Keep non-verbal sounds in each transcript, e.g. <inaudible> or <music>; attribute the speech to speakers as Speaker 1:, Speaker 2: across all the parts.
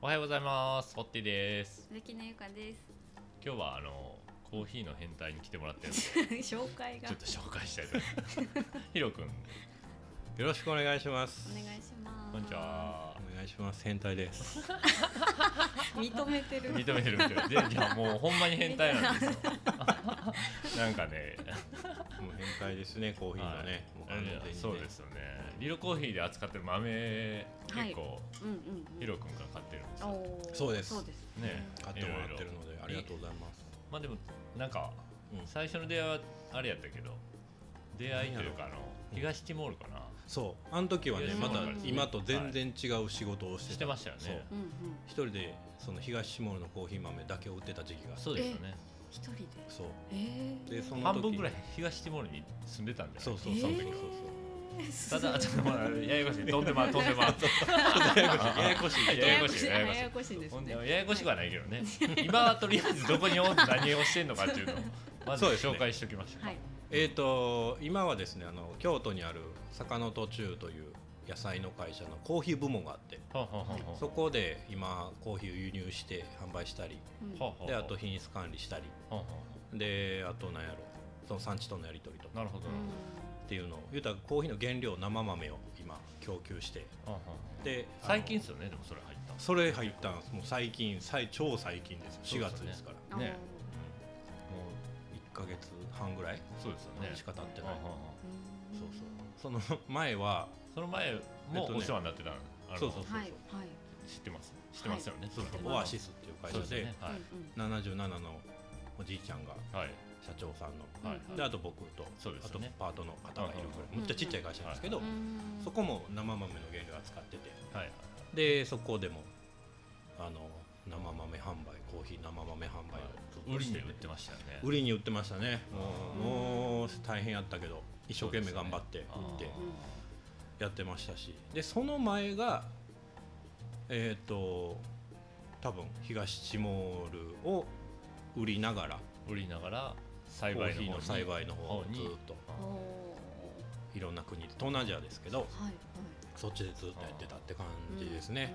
Speaker 1: おはようございます。ホッティです。
Speaker 2: 鈴木のゆかで
Speaker 1: 今日はあのコーヒーの変態に来てもらってるので、
Speaker 2: す <laughs> 紹介が
Speaker 1: ちょっと紹介したいと思います。ヒロ君、
Speaker 3: よろしくお願いします。
Speaker 2: お願いします
Speaker 1: こんにちは。
Speaker 3: お願いします。変態です。
Speaker 2: 認めてる
Speaker 1: 認めてるみたいで、じゃあもうほんまに変態なんですよ。なんかね、
Speaker 3: もう変態ですね。コーヒーがね、もう完全に、ね。
Speaker 1: そうですよね。リロコーヒーで扱ってる豆、
Speaker 2: はい
Speaker 1: 結構
Speaker 2: <laughs> うんうん、うん、
Speaker 1: ヒロ君が買ってるんですよ。
Speaker 2: おー
Speaker 3: そうです
Speaker 2: そうです
Speaker 1: ね、
Speaker 3: 買ってもらってるの
Speaker 1: いろい
Speaker 3: で
Speaker 1: ろ
Speaker 3: ありがとうございます。
Speaker 1: まあでもなんか
Speaker 3: うん、
Speaker 1: 最初の出会いはあれやったけど、出会いというかあの
Speaker 3: うん
Speaker 1: 東ティモールかな。
Speaker 3: そう、あの時はね、
Speaker 1: うん
Speaker 3: また今と全然違う仕事をしてた。
Speaker 1: してましたよね
Speaker 3: そ
Speaker 2: う
Speaker 3: う
Speaker 2: んうん
Speaker 3: 一人でその東下ルのコーヒー豆だけを売ってた時期があって
Speaker 1: そうですよね。
Speaker 2: 一人で
Speaker 3: そう <laughs>
Speaker 2: えー、
Speaker 3: でその時
Speaker 1: 半分ぐらい東ティモールに住んでたんじゃない
Speaker 3: そう
Speaker 2: え
Speaker 3: そ
Speaker 2: ー、
Speaker 3: うその時、
Speaker 1: ただ、ちょっと
Speaker 2: と
Speaker 1: まあ、ややこしい、飛んでまう、飛んでまう。
Speaker 3: ややこし
Speaker 2: <laughs>
Speaker 3: い
Speaker 1: や
Speaker 3: や
Speaker 1: や
Speaker 3: や
Speaker 1: こ
Speaker 3: こ
Speaker 1: し
Speaker 3: し
Speaker 1: い
Speaker 3: い
Speaker 1: や
Speaker 2: や
Speaker 1: やこしい
Speaker 2: やこしいです
Speaker 1: ほんで
Speaker 2: ね
Speaker 1: ややこしくはないけどね。今はとりあえず、どこにおん、何をしてんのかっていうのを。まず
Speaker 3: そうですね
Speaker 1: 紹介しておきましょうか
Speaker 2: はい。
Speaker 3: えー、と今はですねあの京都にある坂の途中という野菜の会社のコーヒー部門があって
Speaker 1: ほうほうほうほう
Speaker 3: そこで今コーヒーを輸入して販売したり
Speaker 2: う
Speaker 1: ほ
Speaker 2: ん
Speaker 1: うほうほう
Speaker 3: であと品質管理したり
Speaker 1: ほうほうほ
Speaker 3: であとなんやろその産地とのやり取りと
Speaker 1: う
Speaker 3: か
Speaker 1: なるほど。
Speaker 2: うん
Speaker 3: っていうのを言うたらコーヒーの原料生豆を今供給して
Speaker 1: ほうほうほう
Speaker 3: であの
Speaker 1: 最近ですよね、でも、それ入ったの。
Speaker 3: それ入ったんですもう最近最超最近です
Speaker 1: そう
Speaker 3: 4
Speaker 1: です
Speaker 3: 月
Speaker 1: ね
Speaker 3: ですから
Speaker 2: あー
Speaker 1: ね
Speaker 3: もう1か月半ぐらい
Speaker 1: そうですよね。
Speaker 3: しか経って
Speaker 1: ほう
Speaker 3: ない
Speaker 1: ほうほ
Speaker 2: うん
Speaker 3: そうそうその前は
Speaker 1: うその前
Speaker 3: え
Speaker 1: も
Speaker 3: っとね
Speaker 1: お世話になってたの。あの
Speaker 3: そうそう
Speaker 2: はいはい
Speaker 1: 知ってます。知ってますよね。
Speaker 3: そう
Speaker 2: 知ってます
Speaker 3: オアシスっていう会
Speaker 1: そ
Speaker 3: 社
Speaker 1: うです
Speaker 3: で
Speaker 1: ね。はい。
Speaker 3: 77のおじいちゃんが
Speaker 1: はい。
Speaker 3: 社長さんの
Speaker 2: うんう
Speaker 1: はい
Speaker 2: んうん
Speaker 3: であと僕と
Speaker 1: そうですよ
Speaker 3: あと
Speaker 1: ね
Speaker 3: パートの方がいるぐら
Speaker 2: う
Speaker 3: い
Speaker 2: ん
Speaker 3: むっちゃちっちゃい会社なんですけど
Speaker 2: うん
Speaker 3: そこも生豆の原料扱ってて
Speaker 1: はい。
Speaker 3: でそこでもあの生豆販売コーヒー生豆販売をずっと
Speaker 1: 売り
Speaker 3: して
Speaker 1: に
Speaker 3: て
Speaker 1: 売ってましたよね。
Speaker 3: 売りに売ってましたねもう
Speaker 1: うん
Speaker 3: もう大変やったけど一生懸命頑張って売ってやってましたしでその前がえっ、と多分東チモールを売りながら
Speaker 1: 売りながら
Speaker 3: コ
Speaker 1: 栽
Speaker 3: ー
Speaker 1: 培
Speaker 3: ヒ
Speaker 1: の方
Speaker 3: ーの
Speaker 1: に
Speaker 3: 栽培の方をずっと
Speaker 2: おお
Speaker 3: いろんな国で東南アジアですけ
Speaker 2: ー
Speaker 3: ど
Speaker 2: はいはい
Speaker 3: そっちでずっとやってたって感じですね、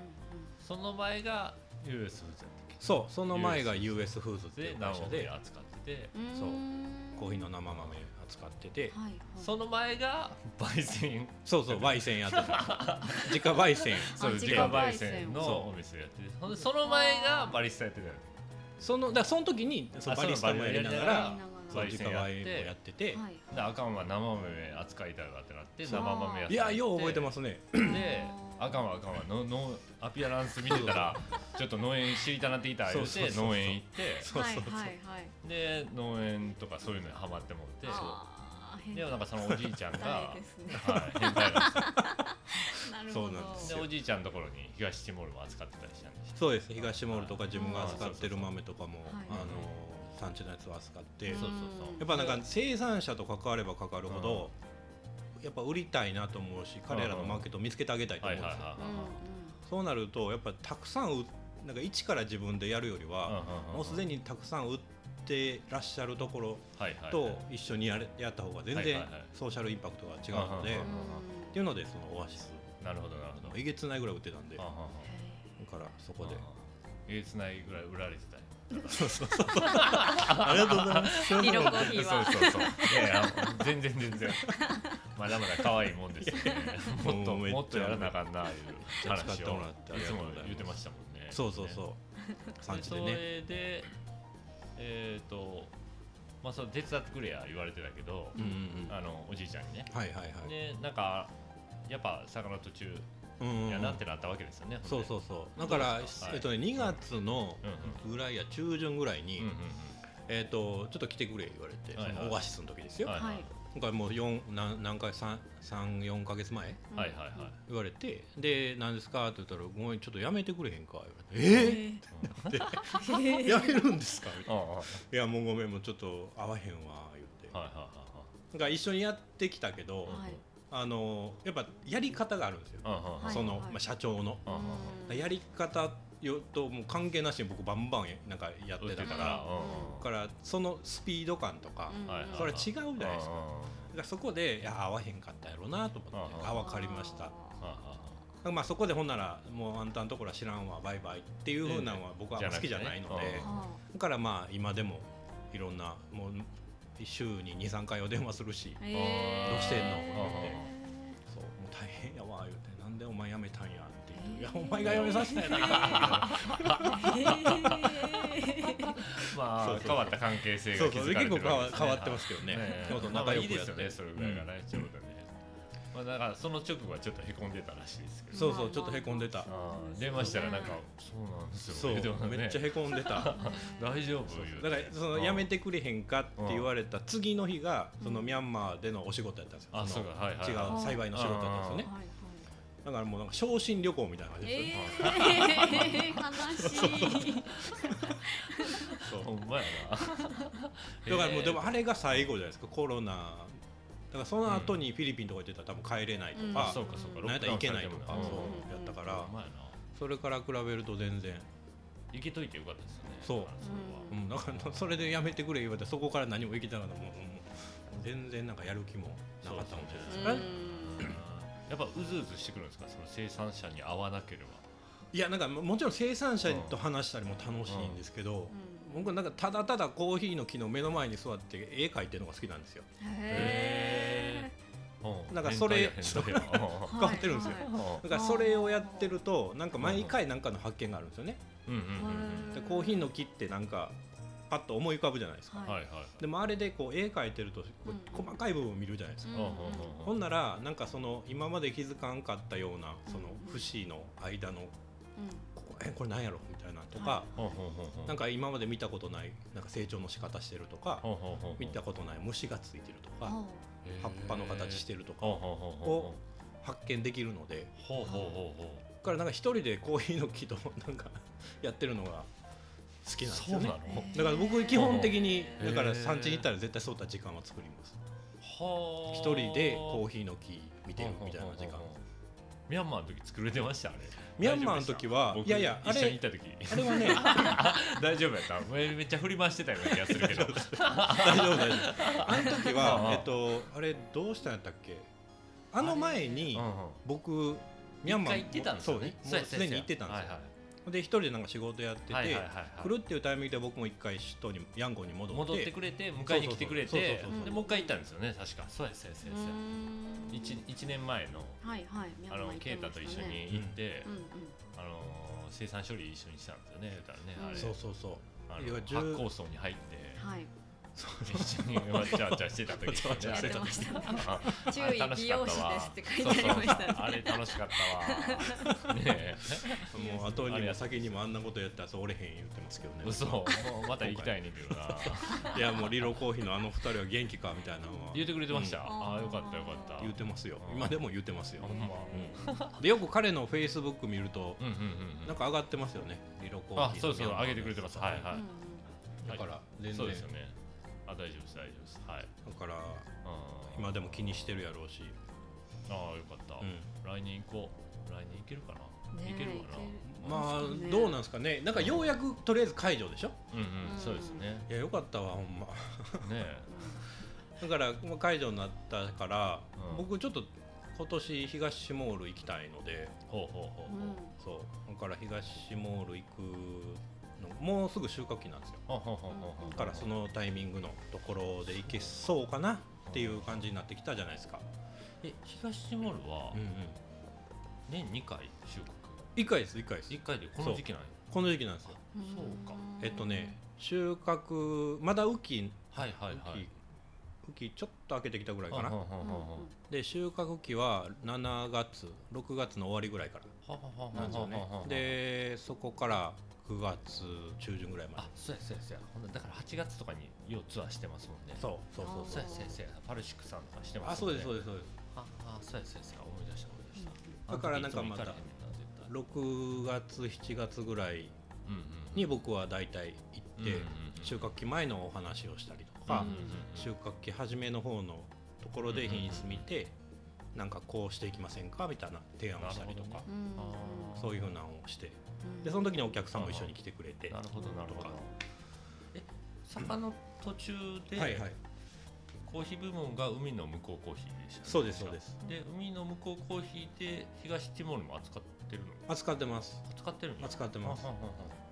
Speaker 1: その前が US フーズやったっ
Speaker 3: そうその前が US フーズっ
Speaker 1: け
Speaker 3: てい
Speaker 1: で
Speaker 3: う会
Speaker 1: 何
Speaker 3: 社
Speaker 1: 億
Speaker 3: で
Speaker 1: で扱ってて
Speaker 2: うんうん
Speaker 3: そうんコーヒーの生豆扱ってて
Speaker 2: はいはい
Speaker 1: その前が焙煎
Speaker 3: そうそう焙煎やってた
Speaker 1: <laughs>
Speaker 3: 自家焙煎
Speaker 1: そう自
Speaker 2: 自
Speaker 1: 家
Speaker 2: 家
Speaker 1: 焙
Speaker 2: 焙
Speaker 1: 煎
Speaker 2: 煎
Speaker 1: のお店やっててほんでその前がバリスタやってたよ
Speaker 3: そのだからその時にそう
Speaker 1: あ
Speaker 3: バリスタもやりなが
Speaker 1: そ
Speaker 3: ら
Speaker 1: う
Speaker 3: そう
Speaker 1: バリ
Speaker 3: 自
Speaker 1: スタ
Speaker 3: 家
Speaker 1: もやりながら
Speaker 3: 焙もやってて、、
Speaker 2: はいい
Speaker 1: であかんは生豆扱いたいわってなって生豆やって
Speaker 3: やよう覚えてますね
Speaker 1: であかんわあかんわののアピアランス見てたらちょっと農園知りたなってきた言う
Speaker 3: そうそう
Speaker 1: て
Speaker 3: そうそう
Speaker 1: 農園行って
Speaker 3: そうそうそう
Speaker 2: はいはいはい
Speaker 1: で農園とかそういうのにハマってもって
Speaker 2: あー変
Speaker 1: でもなんかそのおじいち
Speaker 2: <laughs>
Speaker 1: ゃんが
Speaker 2: 態ですね
Speaker 1: はい変態なんです
Speaker 2: なるほ
Speaker 3: そ
Speaker 2: ど
Speaker 3: うなんです <laughs>
Speaker 1: で
Speaker 3: よ
Speaker 1: おじいちゃんのところに東ティモールも扱ってたりしたんでしょ
Speaker 3: そうです東モールとか自分が扱ってる
Speaker 1: はい
Speaker 3: 豆とかも、
Speaker 2: はい
Speaker 3: あの産地のやつを扱って、
Speaker 2: うん
Speaker 1: そ
Speaker 3: や
Speaker 1: うそうそううん
Speaker 3: っぱなんか生産者と関われば関わるほど、やっぱ売りたいなと思うし彼らのマーケットを見つけてあげたいと
Speaker 1: は
Speaker 3: 思
Speaker 1: い
Speaker 3: うん
Speaker 1: はい
Speaker 3: ですよ、
Speaker 1: はいはい
Speaker 2: うんうん
Speaker 3: そうなるとやっぱたくさん売なんか一から自分でやるよりは、もうすでにたくさん売ってらっしゃるところ
Speaker 1: はいはい
Speaker 3: と一緒にやれやった方が全然
Speaker 1: はいはいはい
Speaker 3: ソーシャルインパクトが違うので、
Speaker 1: うん
Speaker 2: うん
Speaker 3: っていうのでそのオアシス
Speaker 1: なるほどなるほど
Speaker 3: えげつないぐらい売ってたんで
Speaker 1: あは
Speaker 3: だ
Speaker 1: は
Speaker 3: からそこで
Speaker 1: えげつないぐらい売られてたよ
Speaker 3: <laughs> ありがとうございます
Speaker 2: 色コーヒー
Speaker 1: そう
Speaker 2: は
Speaker 1: そうそういやいや全然全然まだまだ可愛いもんですよ
Speaker 3: <laughs>
Speaker 1: ねもっと
Speaker 3: もうめっちゃ
Speaker 1: もっとやらなあかんなあいう
Speaker 3: めっちゃ
Speaker 1: 話
Speaker 3: 使って
Speaker 1: を
Speaker 3: もらってあ
Speaker 1: い
Speaker 3: りが
Speaker 1: つ
Speaker 3: とう
Speaker 1: も
Speaker 3: ございます
Speaker 1: 言ってましたもんね
Speaker 3: そうそう
Speaker 1: ね
Speaker 3: そう
Speaker 1: そ
Speaker 3: 産
Speaker 1: れ
Speaker 3: 地でね
Speaker 1: それでえっとまあそれ手伝ってくれや言われてたけど
Speaker 3: うんうんうん
Speaker 1: あのおじいちゃんにね
Speaker 3: はいはいはい
Speaker 1: でなんかやっぱ魚途中
Speaker 3: うんうんうん
Speaker 1: やなってなったわけですよね、
Speaker 3: そうそううそうだから
Speaker 1: そうですか
Speaker 3: えっとね2月の
Speaker 1: うん
Speaker 3: ぐらいや中旬ぐらいに
Speaker 1: うんうん
Speaker 3: えっとちょっと来てくれ言われて
Speaker 1: はいはい
Speaker 3: そのオアシスの時です
Speaker 1: うん
Speaker 3: よ
Speaker 1: はいは
Speaker 2: はいい
Speaker 3: 今回もう4何何回34か月前
Speaker 2: うん
Speaker 1: はいはいはい
Speaker 3: 言われてで何ですかって言ったらごめんちょっとやめてくれへんか言われてえ
Speaker 2: え
Speaker 3: ーやめるんですかみたいな
Speaker 1: ああはい
Speaker 3: やもうごめんもうちょっと会わへんわ言って
Speaker 1: いはいは
Speaker 3: が一緒にやってきたけど、
Speaker 2: はい
Speaker 3: あのやっぱやり方があるんですよ、
Speaker 1: いはい
Speaker 2: はい
Speaker 3: その、
Speaker 2: はい
Speaker 3: まあ、社長の、
Speaker 1: ああ
Speaker 2: うん
Speaker 3: やり方よともう関係なしに僕バンバンなんかやって
Speaker 1: 売って
Speaker 3: た
Speaker 1: た
Speaker 3: か、
Speaker 1: からら
Speaker 3: だからそのスピード感とか、
Speaker 2: うん
Speaker 3: だか
Speaker 1: はいはい
Speaker 3: それは違うじゃないですか
Speaker 1: あ
Speaker 3: らそこでいや合わへんかったやろうなと思って
Speaker 1: ああ
Speaker 3: あ分かりました
Speaker 2: あー
Speaker 1: あああ
Speaker 3: まあ、そこでほんならもうあんたのところは知らんわバイバイっていうふうなのは僕は
Speaker 1: じゃな
Speaker 3: 好
Speaker 1: くて
Speaker 3: き
Speaker 1: ね
Speaker 3: じゃないので、
Speaker 1: うん
Speaker 2: あ
Speaker 3: だからまあ今でもいろんなもう週に23回お電話するし
Speaker 2: ーへー
Speaker 3: どうしてんの
Speaker 2: へ
Speaker 3: そうもう大変やわ言うてなんでお前辞めたんやって言って、
Speaker 2: えー
Speaker 3: いやお前が辞めさせたんや
Speaker 1: <laughs>
Speaker 3: な
Speaker 2: ー
Speaker 1: ま
Speaker 3: そう
Speaker 1: あ
Speaker 3: そう
Speaker 1: 変わった関係性が
Speaker 3: そう
Speaker 1: 築
Speaker 3: そ
Speaker 1: かれ
Speaker 3: う
Speaker 1: て
Speaker 3: 結
Speaker 1: るわ
Speaker 3: 構
Speaker 1: けですね
Speaker 3: 変わ変わってますけどね
Speaker 1: ね
Speaker 3: そうそう
Speaker 1: まあ
Speaker 3: <laughs>
Speaker 1: ま
Speaker 3: 仲
Speaker 1: あ
Speaker 3: 良
Speaker 1: い
Speaker 3: く
Speaker 1: い
Speaker 3: や
Speaker 1: で
Speaker 3: っ
Speaker 1: す
Speaker 3: て
Speaker 1: よねそれぐらいがねちょうどねまあだからその直後はちょっとへこんでたらしいですけど
Speaker 3: <laughs> そうそうちょっとへこんでた
Speaker 1: あー電話したらなんかそうなんです
Speaker 3: そう
Speaker 1: よねでもね
Speaker 3: めっちゃへこんでた
Speaker 1: 大丈夫
Speaker 3: そうそう
Speaker 1: 言う
Speaker 3: だか
Speaker 1: て
Speaker 3: らその
Speaker 1: うん
Speaker 3: 辞めてくれへんかって言われた次の日が
Speaker 2: うん
Speaker 3: そのミャンマーでのお仕事やったんですよ
Speaker 1: あ
Speaker 3: そ
Speaker 1: そう
Speaker 3: の
Speaker 1: かはいはい
Speaker 3: 違う栽培の仕事やったんですよね
Speaker 2: はいはい
Speaker 3: だからもうなんか昇進旅行みたいな感じですよね
Speaker 2: ええー、悲しい
Speaker 3: そう
Speaker 1: ほんまやな
Speaker 3: だからもうでもあれが最後じゃないですかコロナだからその後にフィリピンとか行ってたら多分帰れないと
Speaker 2: うん
Speaker 3: か
Speaker 1: あ、そうかそうか
Speaker 3: なんやったら行けないとか
Speaker 1: ロッ
Speaker 3: そ
Speaker 1: クダウンされてもな
Speaker 3: うやったか
Speaker 1: うん
Speaker 3: ら
Speaker 1: ほんまやな
Speaker 3: それから比べると全然
Speaker 1: 行けといてよかったですよね
Speaker 3: そう
Speaker 1: だからそれは
Speaker 3: うんだからそれでやめてくれ言われてそこから何も行けたからもうもう全然なんかやる気もなかったもんじゃないですかね
Speaker 2: うん
Speaker 1: やっぱうずうずしてくるんですかその生産者に会わなければ
Speaker 3: いやなんかもちろん生産者と話したりも楽しいんですけど
Speaker 2: うん
Speaker 3: 僕なんかただただコーヒーの木の目の前に座って絵描いてるのが好きなんですよ
Speaker 2: へ
Speaker 1: うん
Speaker 3: なんかそれ
Speaker 1: 変態や変態
Speaker 3: <laughs>
Speaker 1: や
Speaker 2: ー
Speaker 3: 変わってるんですよ
Speaker 2: はいはい
Speaker 1: うん
Speaker 3: だからそれをやってるとなんか毎回なんかの発見があるんですよね
Speaker 1: うんうんうんうん
Speaker 3: でコーヒーの木ってなんかパッと思い浮かぶじゃないですか
Speaker 1: はいはいはい
Speaker 3: でもあれでこう絵描いてるとこう
Speaker 2: うん
Speaker 3: 細かい部分を見るじゃないですか
Speaker 2: うん
Speaker 1: うんうん
Speaker 3: ほ
Speaker 1: うん
Speaker 3: んならなんかその今まで気づかんかったようなその
Speaker 2: うん
Speaker 3: 節の間の
Speaker 2: うん
Speaker 3: ここえこれなんやろみたいなと
Speaker 2: は
Speaker 3: か
Speaker 1: ほんほんほんほん
Speaker 3: なんか今まで見たことないなんか成長の仕方してるとか
Speaker 1: ほんほんほんほん
Speaker 3: 見たことない虫がついてると
Speaker 2: お
Speaker 3: か
Speaker 2: う
Speaker 1: へー
Speaker 3: 葉っぱの形してると
Speaker 1: ほん
Speaker 3: か
Speaker 1: ほんほんほん
Speaker 3: を発見できるので
Speaker 1: ほうほうほうほう
Speaker 3: だからなんか一人でコーヒーの木と <laughs> なんかやってるのが好きなんですよね
Speaker 1: そうなの
Speaker 3: だから僕基本的に
Speaker 1: へー
Speaker 3: だから産地に行ったら絶対そういった時間は作ります
Speaker 1: は
Speaker 3: 一人でコー
Speaker 1: ヒ
Speaker 3: ヒーの木見てるみたいな時間
Speaker 1: ミャンマーの時作れてましたあれ
Speaker 3: ミャンマーの時は
Speaker 1: 大丈夫でした僕
Speaker 3: いやいやあれ
Speaker 1: 一緒に行った時 <laughs>
Speaker 3: あれはね
Speaker 1: 大丈夫やっためめっちゃ振り回してたような気がするけど
Speaker 3: <laughs> 大丈夫大丈夫あの時は
Speaker 1: うん
Speaker 3: えっとあれどうしたんやったっけあの前に
Speaker 1: うんうん
Speaker 3: 僕ミャンマー
Speaker 1: 一回行ってたんですよね
Speaker 3: そうもうすでに行ってたんですよで一人でなんか仕事やってて、
Speaker 1: はいはいはいはいはい
Speaker 3: 来るっていうタイミングで僕も一回首都にヤンゴンに戻って
Speaker 1: 戻ってくれて迎えに来てくれ
Speaker 3: そうそうそう
Speaker 1: て
Speaker 3: そう
Speaker 2: そう
Speaker 1: でもう一回行ったんですよね確かそうやそうやそう
Speaker 2: う
Speaker 1: や
Speaker 2: ー
Speaker 1: そうや
Speaker 2: ん
Speaker 1: 一一年前の
Speaker 2: はいはいミャンマ
Speaker 1: あ
Speaker 2: ー
Speaker 1: の
Speaker 2: 行って
Speaker 1: ケイタ
Speaker 2: ま
Speaker 1: と
Speaker 2: したね
Speaker 1: 一緒に行って
Speaker 2: うんうん
Speaker 1: あのー生産処理一緒にしたんですよねだからね
Speaker 2: うん
Speaker 1: あれ
Speaker 3: そうそうそう
Speaker 1: あ
Speaker 3: い
Speaker 1: の
Speaker 3: や
Speaker 1: 発
Speaker 3: 十
Speaker 1: 酵槽に入って
Speaker 2: はい
Speaker 1: 一緒にわちゃわちゃしてた時
Speaker 3: わちゃ
Speaker 2: や
Speaker 3: わ
Speaker 2: っ
Speaker 3: ちゃ
Speaker 2: てましたね
Speaker 1: あ
Speaker 2: 注意美容師ですって書いてありま
Speaker 1: そう
Speaker 2: したね
Speaker 1: そうあれ楽しかったわねえ
Speaker 3: もう後にも先にもあんなことやったらそう折れへん言ってますけどね
Speaker 1: 嘘もうまた行きたいねんけどない
Speaker 3: やもうリロコーヒーのあの二人は元気かみたいなのは
Speaker 1: 言ってくれてました、
Speaker 3: うん
Speaker 1: ああよかったよかった
Speaker 3: 言ってますよ
Speaker 1: うん
Speaker 3: 今でも言ってますよ
Speaker 1: ほ、んま
Speaker 3: うんでよく彼のフェイスブック見ると
Speaker 1: うんうんうん
Speaker 3: なんか上がってますよねリロコ
Speaker 1: うん
Speaker 3: ー
Speaker 1: あ
Speaker 3: ヒー
Speaker 1: そ
Speaker 3: の
Speaker 1: うそう
Speaker 3: ミャンマーの
Speaker 1: 上げてくれてますはいはい、
Speaker 2: うん
Speaker 3: だから全
Speaker 1: そう
Speaker 3: 然だ
Speaker 1: ですよねあ大丈夫です大丈夫ですはい
Speaker 3: から
Speaker 1: うん
Speaker 3: 今でも気にしてるやろうし
Speaker 1: ああよかった、
Speaker 3: うん
Speaker 1: 来年行こう来年行けるかな、
Speaker 2: ねえ
Speaker 1: 行けるかな
Speaker 2: 行
Speaker 3: ま
Speaker 2: そうです
Speaker 3: あ
Speaker 2: ね
Speaker 3: どうなんですかねなんかようやくとりあえず解除でしょ
Speaker 1: うんうん、
Speaker 2: うん
Speaker 1: そうですね
Speaker 3: いやよかったわほんま
Speaker 1: ねえ
Speaker 3: だからまあ解除になったから、
Speaker 1: うん
Speaker 3: 僕ちょっと今年東シモール行きたいので
Speaker 1: ほうほうほう
Speaker 2: うんうん
Speaker 3: そうだから東シモール行くのもうすぐ収穫期なんですよ
Speaker 1: ほうほうほうほうほう
Speaker 3: だからそのタイミングのところで行けそうかなっていう感じになってきたじゃないですか、
Speaker 1: え東モールは
Speaker 3: うんうん、
Speaker 1: 年2回収穫
Speaker 3: 1回です1回です
Speaker 1: 1回でこの時期なんや
Speaker 3: この時期なんですよ
Speaker 2: うん
Speaker 1: そうか
Speaker 3: えっとね収穫まだ雨季
Speaker 1: はいはいはい
Speaker 3: 雨季ちょっと開けてきたぐらいかな、
Speaker 1: うんうんう
Speaker 2: う
Speaker 1: んん
Speaker 2: う
Speaker 1: うんんうん
Speaker 3: で収穫期は7月6月の終わりぐらいから
Speaker 1: はははは
Speaker 3: なんですよね
Speaker 1: ははは
Speaker 3: でそこから9月中旬ぐらいま
Speaker 1: あ
Speaker 3: で
Speaker 1: そうやそうやそうやほんならだから8月とかにようツアーしてますもんね
Speaker 3: そうそうそう
Speaker 1: そうやそうやそうやパルシックさんとかして
Speaker 3: あ
Speaker 1: ます
Speaker 3: そ
Speaker 1: も
Speaker 3: うん
Speaker 1: ね
Speaker 3: ですそうですそうです
Speaker 1: ああそうやそうやそうや思い出した思い出した
Speaker 3: だからなんかまた
Speaker 1: あの時いつも行かれへんねんな絶対
Speaker 3: 6月7月ぐら
Speaker 1: う
Speaker 3: い
Speaker 1: んうん
Speaker 3: に僕は大体
Speaker 1: う
Speaker 3: 行って、
Speaker 1: んうんうん
Speaker 3: 収穫期前のお話をしたりと
Speaker 1: うん
Speaker 3: か
Speaker 1: う、んうん
Speaker 3: 収穫期初めの方のところで品質見て、なんかこうしていきませんかみたいな提案をしたりとか、
Speaker 1: なるほどね
Speaker 2: うん
Speaker 1: あー
Speaker 3: そういうふうなのをして
Speaker 2: うん
Speaker 3: でその時にお客さんも一緒に来てくれて
Speaker 1: なるほどなるほど
Speaker 3: とか
Speaker 1: え坂の途中で
Speaker 3: はいはい
Speaker 1: コーヒー部門が海の向こうコーヒーでしたね、
Speaker 3: そうです
Speaker 1: 確か
Speaker 2: そうです
Speaker 1: で海の向こうコーヒーで東ティモールも扱ってるの
Speaker 3: 扱ってます
Speaker 1: 扱ってるの
Speaker 3: 扱ってます
Speaker 1: あは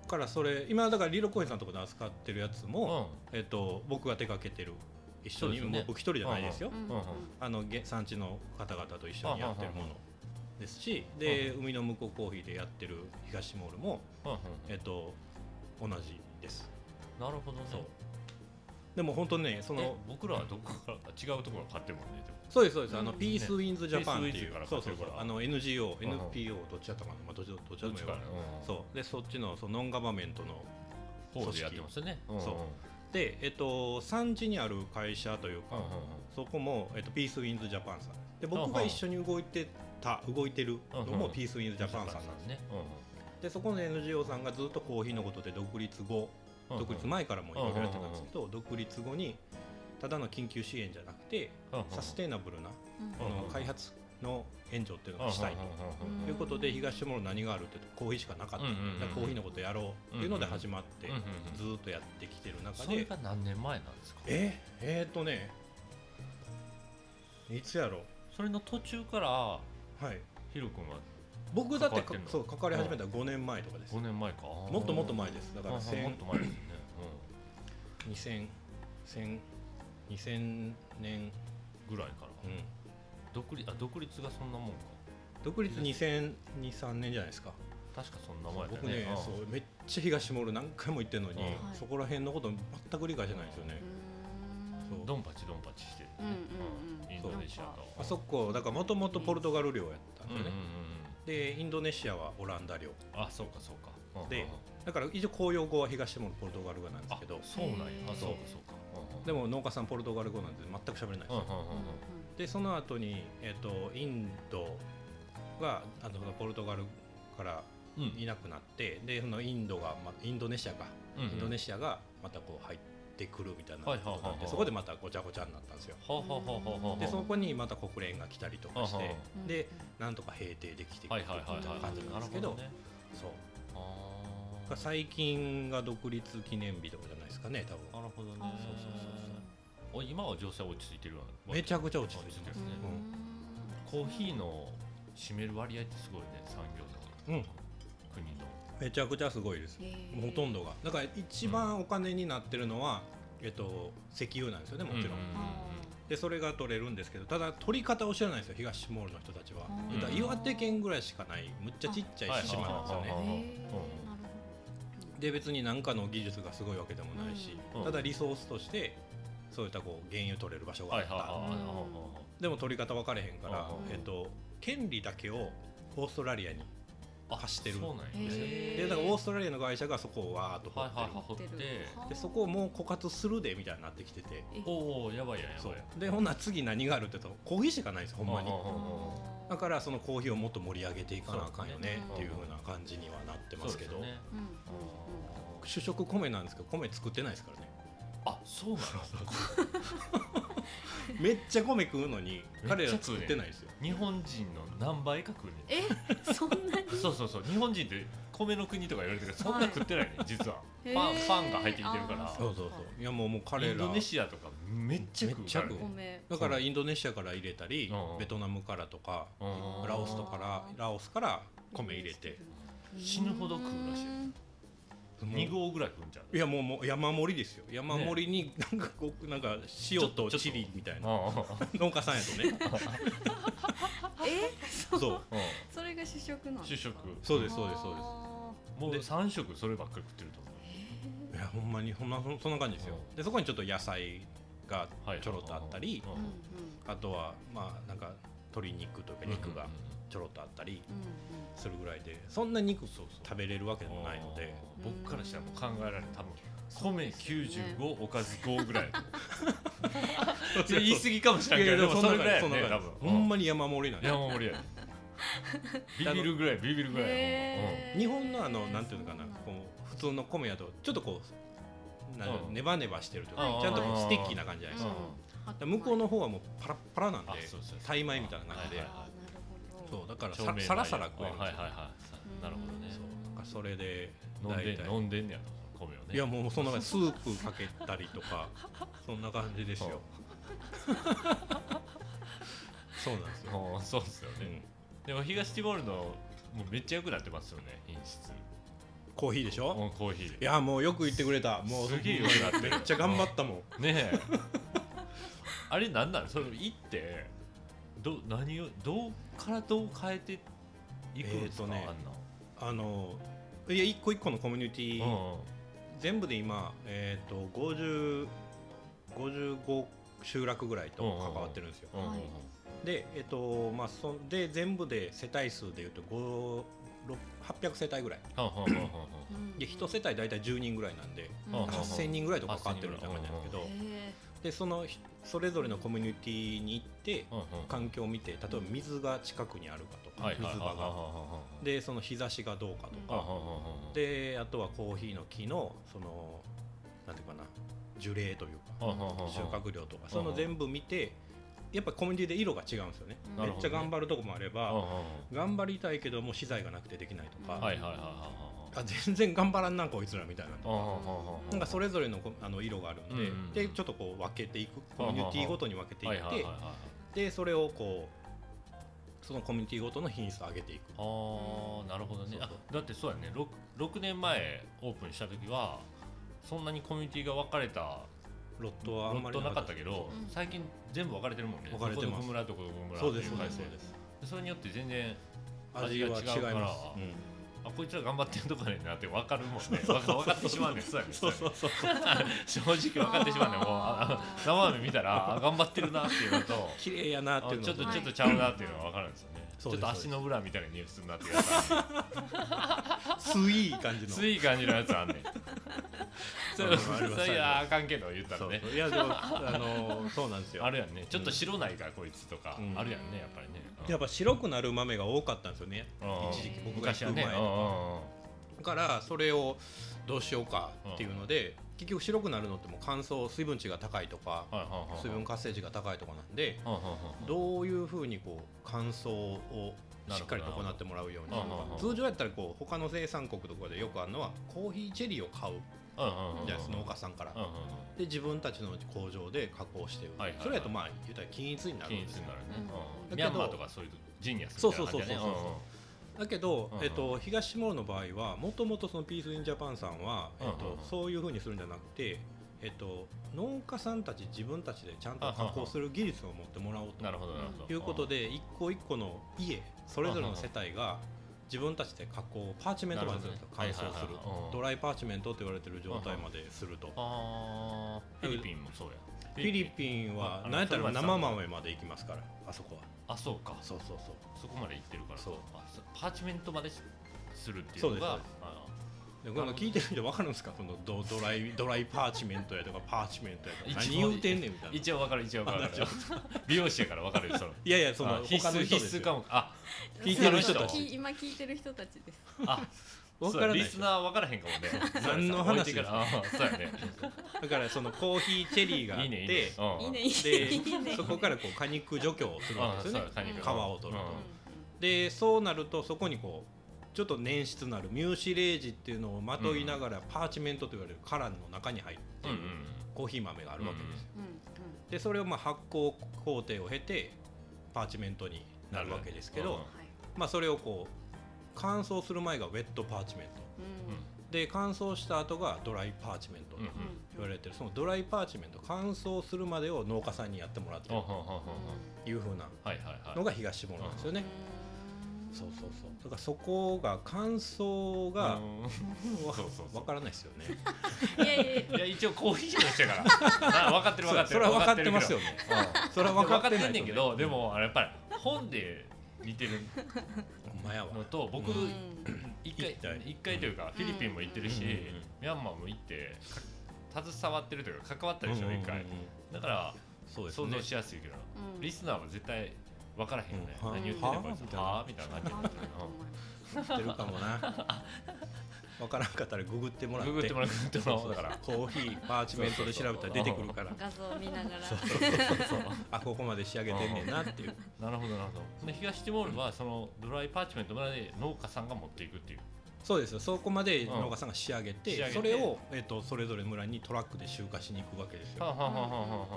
Speaker 3: だからそれ今だからリロコーヒーさんのところで扱ってるやつ
Speaker 1: あはあ
Speaker 3: も、えっと僕が手掛けてる一緒に、
Speaker 1: そうですよね
Speaker 3: 僕一人じゃないですよ、
Speaker 2: うんうん
Speaker 1: うん
Speaker 3: あのげ産地の方々と一緒にやってるものですしで海の向こうコーヒーでやってる東モールも、
Speaker 1: うんうん
Speaker 3: えっと同じです
Speaker 1: なるほどね
Speaker 3: そうでも本当にねそ
Speaker 1: この
Speaker 3: の
Speaker 1: 僕らはどこから違うところから買ってるもんねでも
Speaker 3: そうですそうです、あの
Speaker 2: うん
Speaker 3: ピースウィンズジャパンって
Speaker 1: ピースウィン
Speaker 3: いう
Speaker 1: ズから
Speaker 3: そ
Speaker 1: 買
Speaker 3: う
Speaker 1: って
Speaker 3: そう
Speaker 1: るか
Speaker 3: そ
Speaker 1: ら
Speaker 3: うあの NGO、
Speaker 1: んうん
Speaker 3: NPO どっちだったかな、まあ、どっちどっちで
Speaker 1: どっ
Speaker 3: も
Speaker 1: ち
Speaker 3: よ
Speaker 1: か
Speaker 3: かららそうでそっちのそのノンガバメントの
Speaker 1: うん方でやってますよね
Speaker 3: 織そう
Speaker 1: うんうん
Speaker 3: でえっと産地にある会社というか、
Speaker 1: うんうん
Speaker 3: そこも、えっと、ピースウィンズジャパンさんで僕が一緒に動いてた動いてるの
Speaker 1: うんう
Speaker 3: も
Speaker 1: ん
Speaker 3: ピースウィンズジャパンさんなんです
Speaker 1: ねうんうん
Speaker 3: でそこの NGO さんがずっとコーヒーのことで独立後
Speaker 1: うんうん
Speaker 3: 独立前からもいろいろやってたんですけど独立後にただの緊急支援じゃなくて
Speaker 1: うんうん
Speaker 3: サステイナブルな
Speaker 2: うん
Speaker 3: あ
Speaker 1: うん
Speaker 3: の開発の援助っていうのをしたいと。
Speaker 1: うんうんうんうん
Speaker 2: ん
Speaker 3: ということで東諸村何があるってコーヒーしかなかった、
Speaker 1: うんうんうん
Speaker 3: だからコーヒーのことやろうっていうので始まって、
Speaker 1: うんうんうん
Speaker 3: ずーっとやってきてる中
Speaker 1: それ
Speaker 3: で
Speaker 1: が何年前なんですか
Speaker 3: ええー、っとねいつやろ
Speaker 1: それの途中から
Speaker 3: うはい
Speaker 1: ヒロ君は
Speaker 3: 僕だっ
Speaker 1: 関わ
Speaker 3: て
Speaker 1: ってんの
Speaker 3: そう関わり始めたのは5年前とかです、
Speaker 1: 5年前か
Speaker 3: もっともっと
Speaker 1: 前
Speaker 3: 前ですだから
Speaker 1: もっと前
Speaker 3: 1000
Speaker 1: ですね
Speaker 3: 2000 1000 2000年、
Speaker 1: うんぐらいから
Speaker 3: うん、
Speaker 1: 独立あ独立がそんなもんか
Speaker 3: 独立2023年じゃないですか
Speaker 1: 確かそんな前だよ
Speaker 3: 僕ね
Speaker 1: ねうん
Speaker 3: そうめっちゃ東モール何回も行ってるのに、
Speaker 1: うん
Speaker 3: そこら辺のこと全く理解してないんですよね、そう
Speaker 1: ドンパチドンパチしてるね
Speaker 2: うんうんうん
Speaker 1: インドネシアと
Speaker 3: あそこだからもともとポルトガル領やったん
Speaker 1: う
Speaker 3: で
Speaker 1: ん
Speaker 3: す
Speaker 1: うん
Speaker 3: よ
Speaker 1: うん
Speaker 3: ね、でインドネシアはオランダ領
Speaker 1: あそうかそうかうん
Speaker 3: で
Speaker 1: うん
Speaker 3: だから一応公用語は東もポルトガル語なんです
Speaker 1: あ
Speaker 3: けど
Speaker 1: そうなんやあそうかそうか
Speaker 3: で
Speaker 1: も
Speaker 3: も農家さんポルトガル語なんて全く喋れない
Speaker 1: う
Speaker 3: です
Speaker 1: んう
Speaker 3: よ
Speaker 1: んうんうん
Speaker 3: でその後にえっ、とインドがあのポルトガルから
Speaker 1: うん
Speaker 3: いなくなってでそのインドが、ま、インドネシアが、
Speaker 1: うんうん
Speaker 3: インドネシアがまたこう入ってくるみたいな
Speaker 1: はいはいはいはい
Speaker 3: ことになってそこでまたごちゃごちゃになったんですよ
Speaker 1: はあはあはあはあはあ
Speaker 3: でそこにまた国連が来たりとかし
Speaker 1: はあは
Speaker 3: て
Speaker 2: あ
Speaker 3: でなんとか平定できていく
Speaker 1: は
Speaker 3: み
Speaker 1: い
Speaker 3: た
Speaker 1: はいいはいは
Speaker 3: ない感じなんですけ
Speaker 1: なるほ
Speaker 3: ど
Speaker 1: ね
Speaker 3: そう
Speaker 1: あー
Speaker 3: 最近が独立記念日とかじゃないですかね多分
Speaker 1: なるほどね
Speaker 2: あー
Speaker 1: そうそうそうそうお今は情勢は落ち着いてるような
Speaker 3: めちゃくちゃ落ち着いてます
Speaker 1: ね
Speaker 2: うん
Speaker 1: コーヒーの占める割合ってすごいね産業だ
Speaker 3: うん
Speaker 1: 国の
Speaker 3: めちゃくちゃすごいです
Speaker 2: へー
Speaker 3: ほとんどがだから一番お金になってるのは、えっと、石油なんですよねもちろん、
Speaker 1: うん
Speaker 3: でそれが取れるんですけどただ取り方を知らないんですよ東シモールの人たちは、
Speaker 2: うん
Speaker 3: だから岩手県ぐらいしかないむっちゃちっちゃい島なんですよね、
Speaker 1: はいはいはいはい
Speaker 2: へー
Speaker 1: うん
Speaker 2: なる
Speaker 3: で別に何かの技術がすごいわけでもないし、
Speaker 1: うん
Speaker 3: ただリソースとしてそういったこう原油取れる場所が
Speaker 1: は
Speaker 3: あ
Speaker 1: い
Speaker 3: っ
Speaker 1: はい
Speaker 3: た、
Speaker 1: はいはいはい
Speaker 3: でも取り方分かれへんから、
Speaker 1: うん
Speaker 3: えっと、権利だけをオーストラリアに
Speaker 1: あ
Speaker 3: 貸してる
Speaker 1: そうなんや
Speaker 2: ほど
Speaker 1: ね
Speaker 2: へー
Speaker 3: でだからオーストラリアの会社がそこをわーっと掘
Speaker 1: は
Speaker 3: って
Speaker 1: い
Speaker 3: る、
Speaker 1: はいはい掘って
Speaker 2: はあ
Speaker 3: でそこをもう枯渇するでみたいになってきてて
Speaker 1: おおやばいやんや
Speaker 3: そ
Speaker 1: ばいう
Speaker 3: でほんなら次何があるって言うとコーヒーしかないんですよほんまに
Speaker 1: あああ
Speaker 3: だからそのコーヒーをもっと盛り上げていかなあかんよね
Speaker 2: そう
Speaker 3: ってい
Speaker 1: う
Speaker 3: う
Speaker 1: ん
Speaker 3: ふうな感じにはなって
Speaker 1: そ
Speaker 3: ま
Speaker 1: う
Speaker 3: す
Speaker 1: で
Speaker 3: け
Speaker 1: す
Speaker 3: ど、
Speaker 1: よね
Speaker 2: うんうん
Speaker 1: あー
Speaker 3: 主食米なんですけど米作ってないですからね
Speaker 1: あそう
Speaker 3: <laughs>
Speaker 1: なの
Speaker 3: めっちゃ米食うのに
Speaker 1: めっちゃ食うね
Speaker 3: 彼ら作ってないですよ
Speaker 1: 日本人の何倍か食うね
Speaker 2: え <laughs> そんなに
Speaker 1: そうそうそう日本人って米の国とか言われてるけどそんな食って
Speaker 2: <laughs>
Speaker 1: ないね実は
Speaker 2: へー
Speaker 1: パンパンが入ってきてるから
Speaker 2: あー
Speaker 3: そうそうそういやもうもう彼
Speaker 1: イ
Speaker 3: ら
Speaker 1: ンドネシアとかめっちゃ食うからね
Speaker 3: めっちゃ食う
Speaker 2: 米
Speaker 3: だからインドネシアから入れたり
Speaker 1: うん
Speaker 3: ベトナムからとか
Speaker 1: うん
Speaker 3: ラオスとからラオスから米入れて
Speaker 1: 死ぬほど食うらしい
Speaker 2: うん
Speaker 1: 2合ぐらい食うんちゃう
Speaker 3: いやもうもう山盛りですよ山盛りになんかこうなんか塩とチリみたいな
Speaker 1: あー
Speaker 3: 農家さんやと <laughs> ね
Speaker 2: え <laughs>
Speaker 3: そう
Speaker 1: う
Speaker 2: それが主食なん
Speaker 1: ん <laughs>
Speaker 2: で
Speaker 1: 主
Speaker 2: す
Speaker 1: 食
Speaker 2: か
Speaker 3: そうですそうですそうで
Speaker 2: あ
Speaker 3: す
Speaker 1: もう
Speaker 3: で
Speaker 1: 3食そればっかり食ってると思う
Speaker 2: ー
Speaker 3: いやほんまにほんまそんそんな感じですよでそこにちょっと野菜が
Speaker 1: はい
Speaker 3: ちょろっとあったり
Speaker 1: うん
Speaker 2: うんうん
Speaker 3: あとはまあなんか鶏肉というか肉がちょろっとあったり
Speaker 2: うん
Speaker 3: するぐらいでそんな肉
Speaker 1: そうそう
Speaker 3: 食べれるわけでもないので
Speaker 1: あー僕からしたらもう考えられない多分米95おかず5ぐらいだと思うそれ言い過ぎかもしれん
Speaker 3: <laughs> い
Speaker 1: け
Speaker 3: やい
Speaker 1: ど
Speaker 3: や
Speaker 1: でもそれぐらい
Speaker 3: そ
Speaker 1: や
Speaker 3: んな
Speaker 1: ね多
Speaker 3: 感じ
Speaker 1: 分
Speaker 3: ほん
Speaker 1: ま
Speaker 3: まに山盛りなんです
Speaker 1: 山盛りやねビビるぐらいビビるぐらい
Speaker 2: へー
Speaker 3: 日本のあのなんていうのかな
Speaker 2: そう
Speaker 3: こう普通の米やとちょっとこうなんか
Speaker 1: うん
Speaker 3: ネバネバしてるというか
Speaker 1: うん
Speaker 3: ちゃんとこうステッキな感じじゃない
Speaker 2: な
Speaker 3: で
Speaker 2: んだ
Speaker 3: す
Speaker 1: う
Speaker 3: か
Speaker 1: ん
Speaker 2: あ
Speaker 3: だから向こうの方はもうパラッパラなんで
Speaker 1: あそうそうそう
Speaker 3: タイ米みたいな感じで
Speaker 1: はいはい
Speaker 2: あーなるほ
Speaker 3: そ
Speaker 2: ど
Speaker 3: うだからささらさら食えるん
Speaker 1: あは
Speaker 3: です
Speaker 1: い
Speaker 3: よ
Speaker 1: はいはいさなるほどね
Speaker 3: そうだからそれで
Speaker 1: 飲んで
Speaker 3: 大体
Speaker 1: 飲んでんねやろ米をね
Speaker 3: いやもうそんな感じスープかけたりとかそんな感じですよそうなんですよ、
Speaker 1: <laughs> あーそうですよ
Speaker 3: う
Speaker 1: ね、
Speaker 3: ん
Speaker 1: でも東ティモールのもうめっちゃ良くなってますよね品質
Speaker 3: コーヒーでしょ
Speaker 1: うんコーヒー
Speaker 3: いやもうよく言ってくれたもう
Speaker 1: すげえ良くなってる
Speaker 3: めっちゃ頑張ったもん
Speaker 1: ねえ <laughs> あれなんなのそれ行ってど何をどうからどう変えていくんですか、
Speaker 3: えーとね
Speaker 1: あんな
Speaker 3: あのいや一個一個のコミュニティ、
Speaker 1: うん
Speaker 3: 全部で今、えー、と50 55集落ぐらいと関わってるんですよ、
Speaker 1: うんうん
Speaker 2: はい
Speaker 3: で,、えっとまあ、そんで全部で世帯数でいうと5 6 800世帯ぐらい
Speaker 1: はんはんはんはんはん
Speaker 2: うん
Speaker 3: で1世帯大体10人ぐらいなんで
Speaker 2: うん
Speaker 1: はんはんはん
Speaker 3: 8000人ぐらいと関わってるみたいな感じなんですけど
Speaker 2: へ
Speaker 3: でそのひそれぞれのコミュニティに行って
Speaker 1: うんうん
Speaker 3: 環境を見て例えば水が近くにあるかとか、
Speaker 1: はいはいはい
Speaker 3: 水場
Speaker 1: はい
Speaker 3: が
Speaker 1: はい
Speaker 3: でその日差しがどうかと
Speaker 1: あ
Speaker 3: か、
Speaker 1: はんはんはんはん
Speaker 3: であとはコーヒーの木のそのなんていうかな樹齢というか
Speaker 1: はんはんはんはん
Speaker 3: 収穫量とかそ
Speaker 1: うんう
Speaker 3: の
Speaker 1: ん
Speaker 3: 全部見てやっぱコミュニティで色が違うんですよね
Speaker 2: うん
Speaker 1: な
Speaker 3: め
Speaker 1: る
Speaker 3: っ
Speaker 1: ほどね
Speaker 3: ちゃ頑張るとこもあれ
Speaker 1: うん
Speaker 3: ば
Speaker 1: うん
Speaker 3: 頑張りたいけどもう資材がなくてできないと
Speaker 1: うん
Speaker 3: か
Speaker 1: はいはいはいはい
Speaker 3: あ全然頑張らんなこいつらみたいな
Speaker 1: はいは
Speaker 3: なんかそ
Speaker 1: れ
Speaker 3: れぞれのこあの色があるんで,、
Speaker 1: うんうん
Speaker 3: でちょっとこう分けていくコミュニティごとに分けていっ
Speaker 1: はい
Speaker 3: て、
Speaker 1: はいはいはいはい
Speaker 3: でそれをこうそのコミュニティごとの品質を上げていく
Speaker 1: あーなるほどね
Speaker 3: そうそう
Speaker 1: あだってそうやね 6, 6年前オープンした時はそんなにコミュニティが分かれた
Speaker 3: ロットはあ
Speaker 1: ロ
Speaker 3: んま
Speaker 1: ッ
Speaker 3: り
Speaker 1: トなかったけど
Speaker 2: うん
Speaker 1: 最近全部分かれてるもんね
Speaker 3: 分かれてます
Speaker 1: ここの村とこの村
Speaker 3: そうです
Speaker 1: ってい
Speaker 3: そうで
Speaker 1: 回
Speaker 3: す
Speaker 1: 数
Speaker 3: そうです
Speaker 1: それによって全然
Speaker 3: 味は違います
Speaker 1: 味が違うから
Speaker 3: うん
Speaker 1: あこいつら頑張ってんとかねんなって分かるもんね分か分かってしまうねんそうやね
Speaker 3: そうそうそう
Speaker 1: 正直分かってしまうねもう
Speaker 2: あ
Speaker 1: あ
Speaker 2: ー
Speaker 1: 生で見たらあ頑張ってるなっていうのと
Speaker 3: 綺麗や <laughs> なっていう
Speaker 1: あ
Speaker 3: の
Speaker 1: ちょっと
Speaker 2: はい
Speaker 1: ちょっとちゃうなっていうのが分かるんですよねち
Speaker 3: そう
Speaker 1: ょっ
Speaker 3: です
Speaker 1: と足の裏みたいなニュースになってるやつあんね
Speaker 3: スイー感じ
Speaker 1: ん
Speaker 3: の
Speaker 1: つい感じのやつあんねん <laughs> それ
Speaker 3: ありますあります
Speaker 1: それはあかんけど言った
Speaker 3: そ
Speaker 1: ら
Speaker 3: う
Speaker 1: ね
Speaker 3: そういやでもあのそうなんですよ
Speaker 1: あるやんねちょっと白ないかこいつとか
Speaker 3: うん
Speaker 1: あるやんねやっぱりねうん
Speaker 3: やっぱ白くなる豆が多かったんですよね
Speaker 1: うん
Speaker 3: 一時期僕が
Speaker 1: 昔
Speaker 3: 行
Speaker 1: は
Speaker 3: く前
Speaker 1: ね
Speaker 3: だ
Speaker 1: うんうんうん
Speaker 3: からそれをどうしようかっていうので結局白くなるのってもう乾燥水分値が高いとか
Speaker 1: はいはいはいはい
Speaker 3: 水分活性値が高いとかなんで
Speaker 1: うんうんうん
Speaker 3: どういうふうにこう乾燥をしっかりと行ってもらうよう
Speaker 1: なる
Speaker 3: に
Speaker 1: ほどなるほど
Speaker 3: 通常やったらこう他の生産国とかでよくあるのはコーヒーチェリーを買う
Speaker 1: うんうんうん
Speaker 3: じゃないですか農家さんから
Speaker 1: うんうんうん
Speaker 3: で自分たちの工場で加工して売る、
Speaker 1: はいはいはい
Speaker 3: それやとまあ言ったら均一になる
Speaker 1: 均
Speaker 3: ん
Speaker 1: 一
Speaker 3: ですよ
Speaker 1: になるね
Speaker 2: う
Speaker 1: う
Speaker 2: ん
Speaker 3: だけど
Speaker 1: んミャンマーとかそういうジニアスみたいな感じだね
Speaker 3: そうそうそうそうそうだけど、
Speaker 1: うんうん
Speaker 3: えっと、東下の場合はもともとそのピース・イン・ジャパンさんは、えっと
Speaker 1: うんうんうん
Speaker 3: そういうふうにするんじゃなくて、えっと、農家さんたち自分たちでちゃんと加工する技術を持ってもらおう
Speaker 1: うんなるほどなるほ
Speaker 3: と
Speaker 1: ど
Speaker 3: いうことで一個一個の家それぞれの世帯が自分たちで加工パーチメントまでするんですよ
Speaker 1: な
Speaker 3: 乾
Speaker 1: る
Speaker 3: 燥
Speaker 1: ほどね
Speaker 3: する
Speaker 1: はいはいはいはいうん
Speaker 3: ドライパーチメントって言われてる状態まですると。
Speaker 1: あーフィリピンもそうや
Speaker 3: フィリピンは
Speaker 1: あ
Speaker 3: 何やったら
Speaker 1: あの
Speaker 3: 生豆まで行きますからあそこは
Speaker 1: あそうか
Speaker 3: そうそうそう
Speaker 1: そこまで行ってるから
Speaker 3: そう
Speaker 1: あそパーチメントまでするっていうの
Speaker 3: そう
Speaker 1: が
Speaker 3: です
Speaker 1: あ
Speaker 3: でこの聞いてる人分かるんですかこのドドライドライパーチメントやとかパーチメントやとか
Speaker 1: 一応
Speaker 3: 何言うてんねんみたいな
Speaker 1: 一応わかる一応わか
Speaker 3: あ
Speaker 1: る
Speaker 3: 大丈
Speaker 1: 美容師やからわかるよその
Speaker 3: いやいやその
Speaker 1: あ必
Speaker 3: 他の
Speaker 1: 須
Speaker 3: 人
Speaker 1: 必
Speaker 3: です
Speaker 1: 須
Speaker 3: よ
Speaker 1: 科目あ
Speaker 3: 聞いてる人
Speaker 1: た
Speaker 3: ち
Speaker 2: 今聞いてる人たちです。
Speaker 1: あ
Speaker 3: 分
Speaker 1: そ
Speaker 3: か
Speaker 1: うや
Speaker 3: らない
Speaker 1: リスナーわからへんかもね
Speaker 3: 何の話
Speaker 1: そうやな置いてからあー
Speaker 3: <laughs>
Speaker 1: そうやね
Speaker 3: だからそのコーヒーチェリーがあっ
Speaker 1: いいねいいね
Speaker 3: て
Speaker 1: うん
Speaker 2: いいねいいね
Speaker 3: で
Speaker 2: いいね。
Speaker 3: そこからこう果肉除去をするわ
Speaker 1: あー
Speaker 3: けです
Speaker 1: そう
Speaker 3: よ
Speaker 1: や
Speaker 3: ね
Speaker 1: 果肉
Speaker 3: 皮を取る
Speaker 2: うん
Speaker 3: でそうなるとそこにこうちょっと粘質のあるミューシレージっていうのをまといながらパーチメントと言われるカランの中に入っ
Speaker 1: う
Speaker 3: て
Speaker 1: んう
Speaker 3: い
Speaker 1: ん
Speaker 3: るコーヒー豆があるわけですよ
Speaker 2: うんうん
Speaker 3: でそれをまあ発酵工程を経てパーチメントになるわけですけど、
Speaker 1: なるね
Speaker 2: はい
Speaker 3: まあ、それをこう乾燥する前がウェットパーチメント
Speaker 2: うん
Speaker 3: で乾燥した後がドライパーチメントと
Speaker 1: うんうん
Speaker 2: うん
Speaker 3: 言われてるそのドライパーチメント乾燥するまでを農家さんにやってもらって
Speaker 1: うんうんうんうん
Speaker 3: るいうふうな
Speaker 1: はいはいはい
Speaker 3: のが東下なんですよね。そうそうそうだからそこが乾燥が
Speaker 1: うんそ
Speaker 3: わ
Speaker 1: うそうそう
Speaker 3: わからないですよね。
Speaker 2: うんいやいやいや
Speaker 1: いや一応コーヒーの人や <laughs> からあ分かってる
Speaker 3: そ
Speaker 1: 分かってる
Speaker 3: れは分かってますよ
Speaker 1: ね
Speaker 3: ね。
Speaker 1: うん
Speaker 3: それは
Speaker 1: 分
Speaker 3: 分
Speaker 1: か
Speaker 3: か
Speaker 1: っ
Speaker 3: ってて
Speaker 1: ん
Speaker 3: ないと
Speaker 1: ね
Speaker 3: ね
Speaker 1: んけどでもあれやっぱり本で見てる
Speaker 3: お前は
Speaker 1: のと僕
Speaker 2: うん
Speaker 1: 一回
Speaker 3: 行ったい
Speaker 1: 一回というかフィリピンも行ってるし
Speaker 3: うんうんうん
Speaker 1: ミャンマーも行ってか携わってるというか関わったでしょ一回
Speaker 3: うんうんうん
Speaker 1: だから
Speaker 3: そうです
Speaker 1: 想
Speaker 3: ね
Speaker 1: 像しやすいけど
Speaker 2: うん
Speaker 1: リスナーは絶対分からへんよね
Speaker 3: うん
Speaker 1: 何言ってんのこいつは
Speaker 3: は
Speaker 1: みたいな感じに
Speaker 3: <laughs>
Speaker 1: なってるうん
Speaker 3: ってるかもな <laughs> 分からんかったらググってもらって
Speaker 1: ググってもらって
Speaker 3: そう
Speaker 1: も
Speaker 3: そう
Speaker 1: だから
Speaker 3: コーヒーパーチメントで調べたら出てくるから
Speaker 2: 画像を見ながら。
Speaker 3: そうそうそうそうあここまで仕上げてんねんなっていう
Speaker 1: なるほどなるほどで東ティモールはそのドライパーチメントまで農家さんが持っていくっていう
Speaker 3: そうですよそこまで農家さんが仕上げて,、
Speaker 1: うん仕上げて
Speaker 3: それを、えっとそれぞれ村にトラックで集荷しに行くわけです
Speaker 1: は
Speaker 3: よ
Speaker 1: あはあはあはあはあ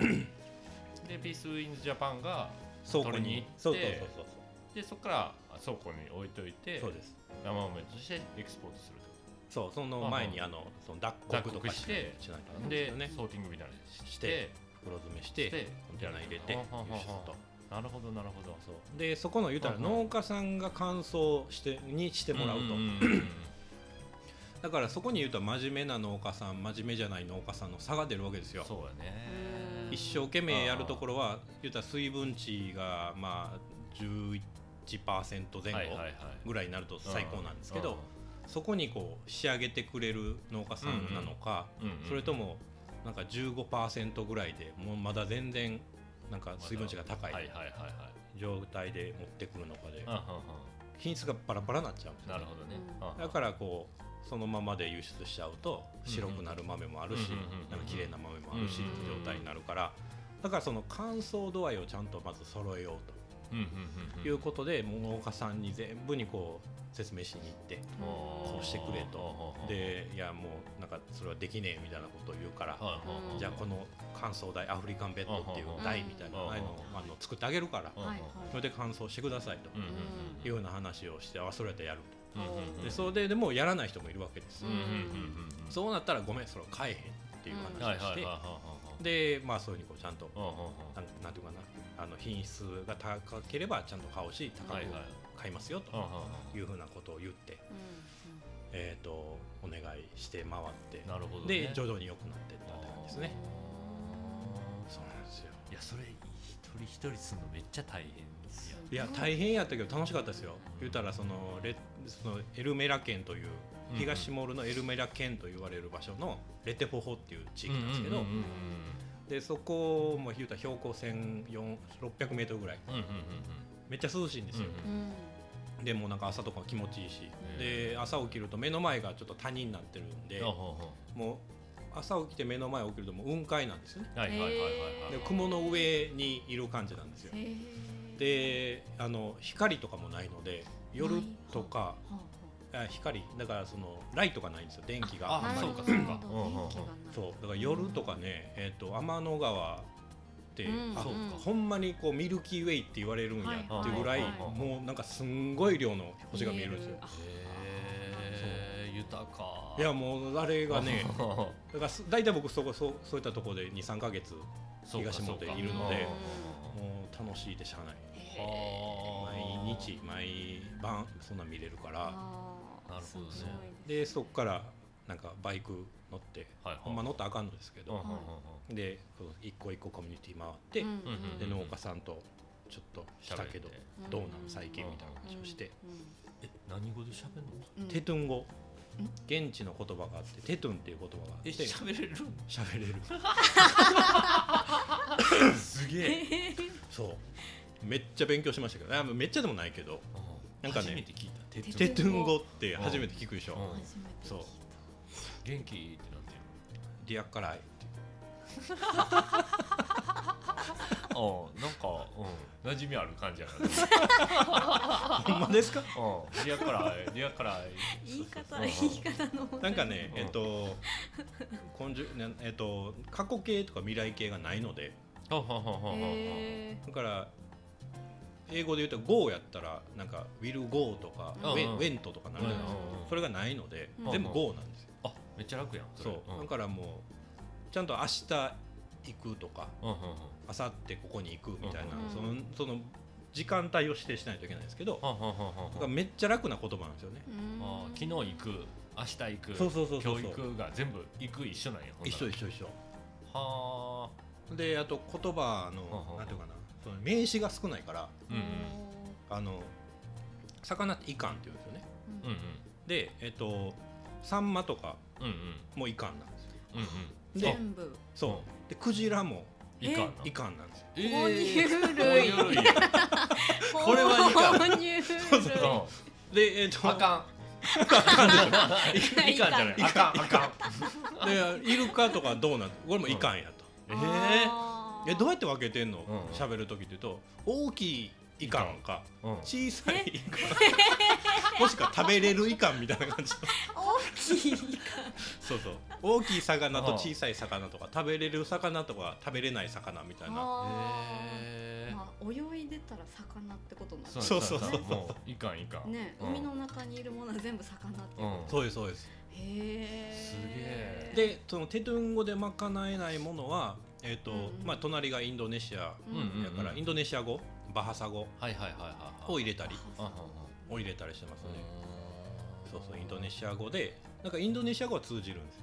Speaker 1: でピースインズジャパンが
Speaker 3: 倉庫
Speaker 1: 取りに行
Speaker 3: に
Speaker 1: って
Speaker 3: そうそうそうそう
Speaker 1: でそこから倉庫に置いといて
Speaker 3: そうです
Speaker 1: 生豆としてエクスポートする
Speaker 3: そうその前にあのその脱穀と
Speaker 1: 脱
Speaker 3: か
Speaker 1: 穀して
Speaker 3: しない
Speaker 1: と
Speaker 3: と
Speaker 1: で、
Speaker 3: ですよね
Speaker 1: ソーティングみたいなのして
Speaker 3: して袋詰めして
Speaker 1: して
Speaker 3: コンテナ入れて輸
Speaker 1: はあはあはあ
Speaker 3: 出と
Speaker 1: なるほどなるほど
Speaker 3: そうでそこの言うたら
Speaker 1: はいはい
Speaker 3: 農家さんが乾燥してにしてもらうと、
Speaker 1: んんん
Speaker 3: だからそこに言うと真面目な農家さん真面目じゃない農家さんの差が出るわけですよ
Speaker 1: そうやね
Speaker 2: うん
Speaker 3: 一生懸命やるところは言うたら水分値がまあ11%前
Speaker 1: はいはい
Speaker 3: 後
Speaker 1: はい
Speaker 3: ぐらいになると最高なんですけ
Speaker 1: う
Speaker 3: ど
Speaker 1: ん
Speaker 3: そこにこう仕上げてくれる農家さんなのか
Speaker 1: うんうん
Speaker 3: それともなんか15%ぐらいでもうまだ全然なんか水分値が高
Speaker 1: はいはい
Speaker 3: い
Speaker 1: はいはい
Speaker 3: 状態で持ってくるのかで
Speaker 1: うんうん
Speaker 3: 品質がバラバラになっちゃうんで
Speaker 1: うん
Speaker 3: す
Speaker 1: な
Speaker 3: よ
Speaker 1: るほどね
Speaker 2: うん
Speaker 1: うんうん
Speaker 3: だからこうそのままで輸出しちゃうと白くなる豆もあるし
Speaker 1: うんうんうんうん
Speaker 3: なんか綺麗な豆もあるし
Speaker 1: うん
Speaker 2: うんうん
Speaker 3: 状態になるからだからその乾燥度合いをちゃんとまず揃えよう
Speaker 1: うんうんうん
Speaker 3: ということでもう農家さんに全部にこう説明しに行って
Speaker 1: うん
Speaker 2: こ
Speaker 3: うしてくれと
Speaker 1: うんうんうん
Speaker 3: でいやもうなんかそれはできねえみたいなことを言うから
Speaker 1: はいはいはい
Speaker 3: じゃあこの乾燥台アフリカンベッドっていう台みたいな
Speaker 1: うん
Speaker 3: ああいうのをあの作ってあげるから
Speaker 1: うん
Speaker 2: はいはい
Speaker 3: それで乾燥してくださいと
Speaker 1: うんうん
Speaker 3: いうような話をしてあそれやったらやる
Speaker 1: うんうんうん
Speaker 3: とでそれででもやらない人もいるわけです
Speaker 1: うんうんうんうん
Speaker 3: そうなったらごめんそれは買えへんっていう
Speaker 1: うんはい
Speaker 3: 話を
Speaker 1: は
Speaker 3: し
Speaker 1: いはいは
Speaker 3: て、
Speaker 1: いはい
Speaker 3: でまあそういうふうにこうちゃんと
Speaker 1: うんうんうん
Speaker 3: なんなんていうかなあの品質が高ければちゃんと買うし高
Speaker 1: は
Speaker 3: く
Speaker 1: いはい
Speaker 3: 買いますよと
Speaker 1: うんうん
Speaker 3: いうふうなことを言って、
Speaker 2: うん
Speaker 3: えー、とお願いして回って
Speaker 1: うんなるほどね
Speaker 3: で徐々に良くなっていったって感じですね。そうなんですよ
Speaker 1: いやそれ一人一人するのめっちゃ大変ですよ
Speaker 2: うん
Speaker 3: いや大変やったけど楽しかったですよ言うたらそのレそのエルメラ県という
Speaker 1: うん
Speaker 3: 東モールのエルメラ県と言われる場所のレテホホっていう地域なんですけ
Speaker 1: う
Speaker 3: ど、
Speaker 1: んうんうん
Speaker 3: でそこも言うたら標高1600メートルぐらい
Speaker 1: うんうんうん
Speaker 3: めっちゃ涼しいんですよ、
Speaker 1: うん
Speaker 2: うん
Speaker 3: でもうなんか朝とか気持ちいいし、
Speaker 1: へ
Speaker 3: で朝起きると目の前がちょっと谷になってるんで、
Speaker 1: うんあほうほ
Speaker 3: もう朝起きて目の前起きるともう雲海なんですよね
Speaker 1: うはいはいはいはいはい
Speaker 3: で雲の上にいる感じなんですよ
Speaker 2: へえ
Speaker 3: であの光とかもないので夜とか
Speaker 2: は
Speaker 3: あ光だからそのライトがないんですよ電気が
Speaker 2: あは
Speaker 3: あ
Speaker 2: あ
Speaker 3: ん
Speaker 2: な
Speaker 3: ま
Speaker 2: る
Speaker 1: そ
Speaker 3: り
Speaker 1: う
Speaker 2: ほ
Speaker 1: か
Speaker 2: ど
Speaker 1: そうか
Speaker 2: なるほど
Speaker 1: うんうんうん
Speaker 2: 電気がない
Speaker 3: そうだから夜とかね、えー、と天の川って、
Speaker 2: うん
Speaker 3: あ
Speaker 2: そうか
Speaker 3: ほんまにこうミルキーウェイって言われるんやっていうぐらい、
Speaker 2: はいはいはい
Speaker 3: もうなんかすんごい量の星が見えるんですよ
Speaker 2: 見え。る
Speaker 1: へえ豊か、
Speaker 3: いやもうあれがね
Speaker 1: そ
Speaker 3: だからす大体僕そこそうそういったところで23か月も
Speaker 1: うか
Speaker 3: 東
Speaker 1: そ
Speaker 3: 本
Speaker 1: うか
Speaker 3: いるので
Speaker 1: うん
Speaker 3: う楽しいでしゃあない
Speaker 2: へえ
Speaker 1: はあ
Speaker 3: 毎日毎晩そんなん見れるから
Speaker 2: あー
Speaker 1: なるほどね
Speaker 2: すごいす
Speaker 3: でそっからなんかバイク乗って
Speaker 1: はいはい
Speaker 3: ほんま乗ったらあかんのですけ
Speaker 1: うんうん
Speaker 3: ど
Speaker 1: うん
Speaker 3: でこの一個一個コミュニティ回って
Speaker 2: うん
Speaker 1: うん
Speaker 3: で農家さんとちょっとしたけど
Speaker 1: 喋って
Speaker 3: どうなん最近みたいな話をして
Speaker 2: う
Speaker 1: え何語で喋るの
Speaker 2: んうん
Speaker 3: テトゥン語現地の言葉があってテトゥンっていう言葉があっ
Speaker 1: え
Speaker 3: て
Speaker 1: 喋れる
Speaker 3: 喋れる
Speaker 1: すげえ
Speaker 3: そうめっちゃ勉強しましたけどあめっちゃでもないけどなんかね
Speaker 1: 初めて聞いたテ
Speaker 3: テ
Speaker 1: ト
Speaker 3: トゥン語って初めて聞くでしょ
Speaker 1: うん
Speaker 2: 初めて聞いた
Speaker 3: そう
Speaker 1: 元気ってなんていう
Speaker 3: ディアカライって
Speaker 1: のああなんかうん馴染みある感じやなうん
Speaker 3: ほんまですか
Speaker 1: リアからリアから
Speaker 2: 言い方
Speaker 1: そう
Speaker 2: 言い
Speaker 1: そう
Speaker 2: 方の問題
Speaker 3: なんかね
Speaker 1: うん
Speaker 3: えっと根性ねえっと過去形とか未来形がないので
Speaker 1: ははははは
Speaker 2: へ
Speaker 3: だから英語で言うと「GO」やったらなんか「will go」とか
Speaker 1: う
Speaker 3: 「
Speaker 1: ん
Speaker 3: went
Speaker 1: うん
Speaker 3: went とかなるじゃないですか
Speaker 1: うんうん
Speaker 3: それがないので
Speaker 2: うん
Speaker 3: 全部「GO」なんですよ
Speaker 1: あめっちゃ楽やんれ
Speaker 3: そうだ
Speaker 1: ん
Speaker 3: からもうちゃんと明日行くとか
Speaker 1: うんうんうん
Speaker 3: 明後日ここに行くみたいな
Speaker 2: うん
Speaker 3: そのその時間帯を指定しないといけないんですけど
Speaker 1: はははは
Speaker 3: だからめっちゃ楽な言葉なんですよね
Speaker 2: ーう
Speaker 1: あ
Speaker 2: ん
Speaker 1: 昨日行く明日行く
Speaker 3: そうそうそうそう
Speaker 1: 今日行くが全部行く一緒なんやほんなら
Speaker 3: 一緒一緒一緒
Speaker 1: はあ
Speaker 3: であと言葉
Speaker 1: うんう
Speaker 3: の
Speaker 1: ん
Speaker 3: なんていうかなその名詞が少ないから
Speaker 1: うん
Speaker 3: あの魚ってイカンって言うんですよね
Speaker 2: うん
Speaker 1: うん
Speaker 3: でえっとサンマとか
Speaker 1: うんうん
Speaker 3: もイカンなんですよ
Speaker 1: うんうんうん
Speaker 3: で
Speaker 2: 全部
Speaker 3: そうでクジラも
Speaker 1: あいかんな
Speaker 3: イカンなんですよ
Speaker 1: え
Speaker 2: 哺乳
Speaker 1: ー
Speaker 2: 類
Speaker 1: 哺乳類
Speaker 2: <laughs> こ
Speaker 1: れはいいか
Speaker 2: 哺乳類
Speaker 1: う
Speaker 3: でえっと
Speaker 1: んあかんいかんじゃないあかんあかん
Speaker 3: でイルカとかどうなんこれもイカンやと
Speaker 1: ええ
Speaker 2: あー
Speaker 3: えどうやって分けてんの
Speaker 1: うん
Speaker 3: 喋る時って言うと大きいイカンか
Speaker 1: うん
Speaker 3: 小
Speaker 1: <laughs>
Speaker 3: さいイカンもしくは食べれるイカンみたいな感じ
Speaker 2: 大きい
Speaker 3: そうそう大きい魚と小さい魚とか食べれる魚とか食べれない魚みたいな
Speaker 2: あ
Speaker 1: へ
Speaker 2: ー
Speaker 1: ー
Speaker 2: まあ泳いでたら魚ってことになる
Speaker 1: そう
Speaker 3: そう
Speaker 1: そうそ
Speaker 3: そうそう
Speaker 1: うもういかんいかん
Speaker 2: ね
Speaker 1: うん
Speaker 2: 海の中にいるものは全部魚ってこと、
Speaker 1: うん
Speaker 3: そうですそうです
Speaker 2: へえ
Speaker 1: すげえ
Speaker 3: でそのテトゥン語で賄えないものはえっ、と、
Speaker 2: うんうん
Speaker 3: まあ隣がインドネシア
Speaker 2: うん
Speaker 1: うん
Speaker 3: だから、インドネシア語バハサ語
Speaker 1: はいはいはいはい
Speaker 3: を
Speaker 1: はい
Speaker 3: 入れたり
Speaker 1: あは
Speaker 3: を入れたりしてますね、そうそうインドネ
Speaker 1: ア
Speaker 3: シア語でなんかインドネシア語は通じるんですよ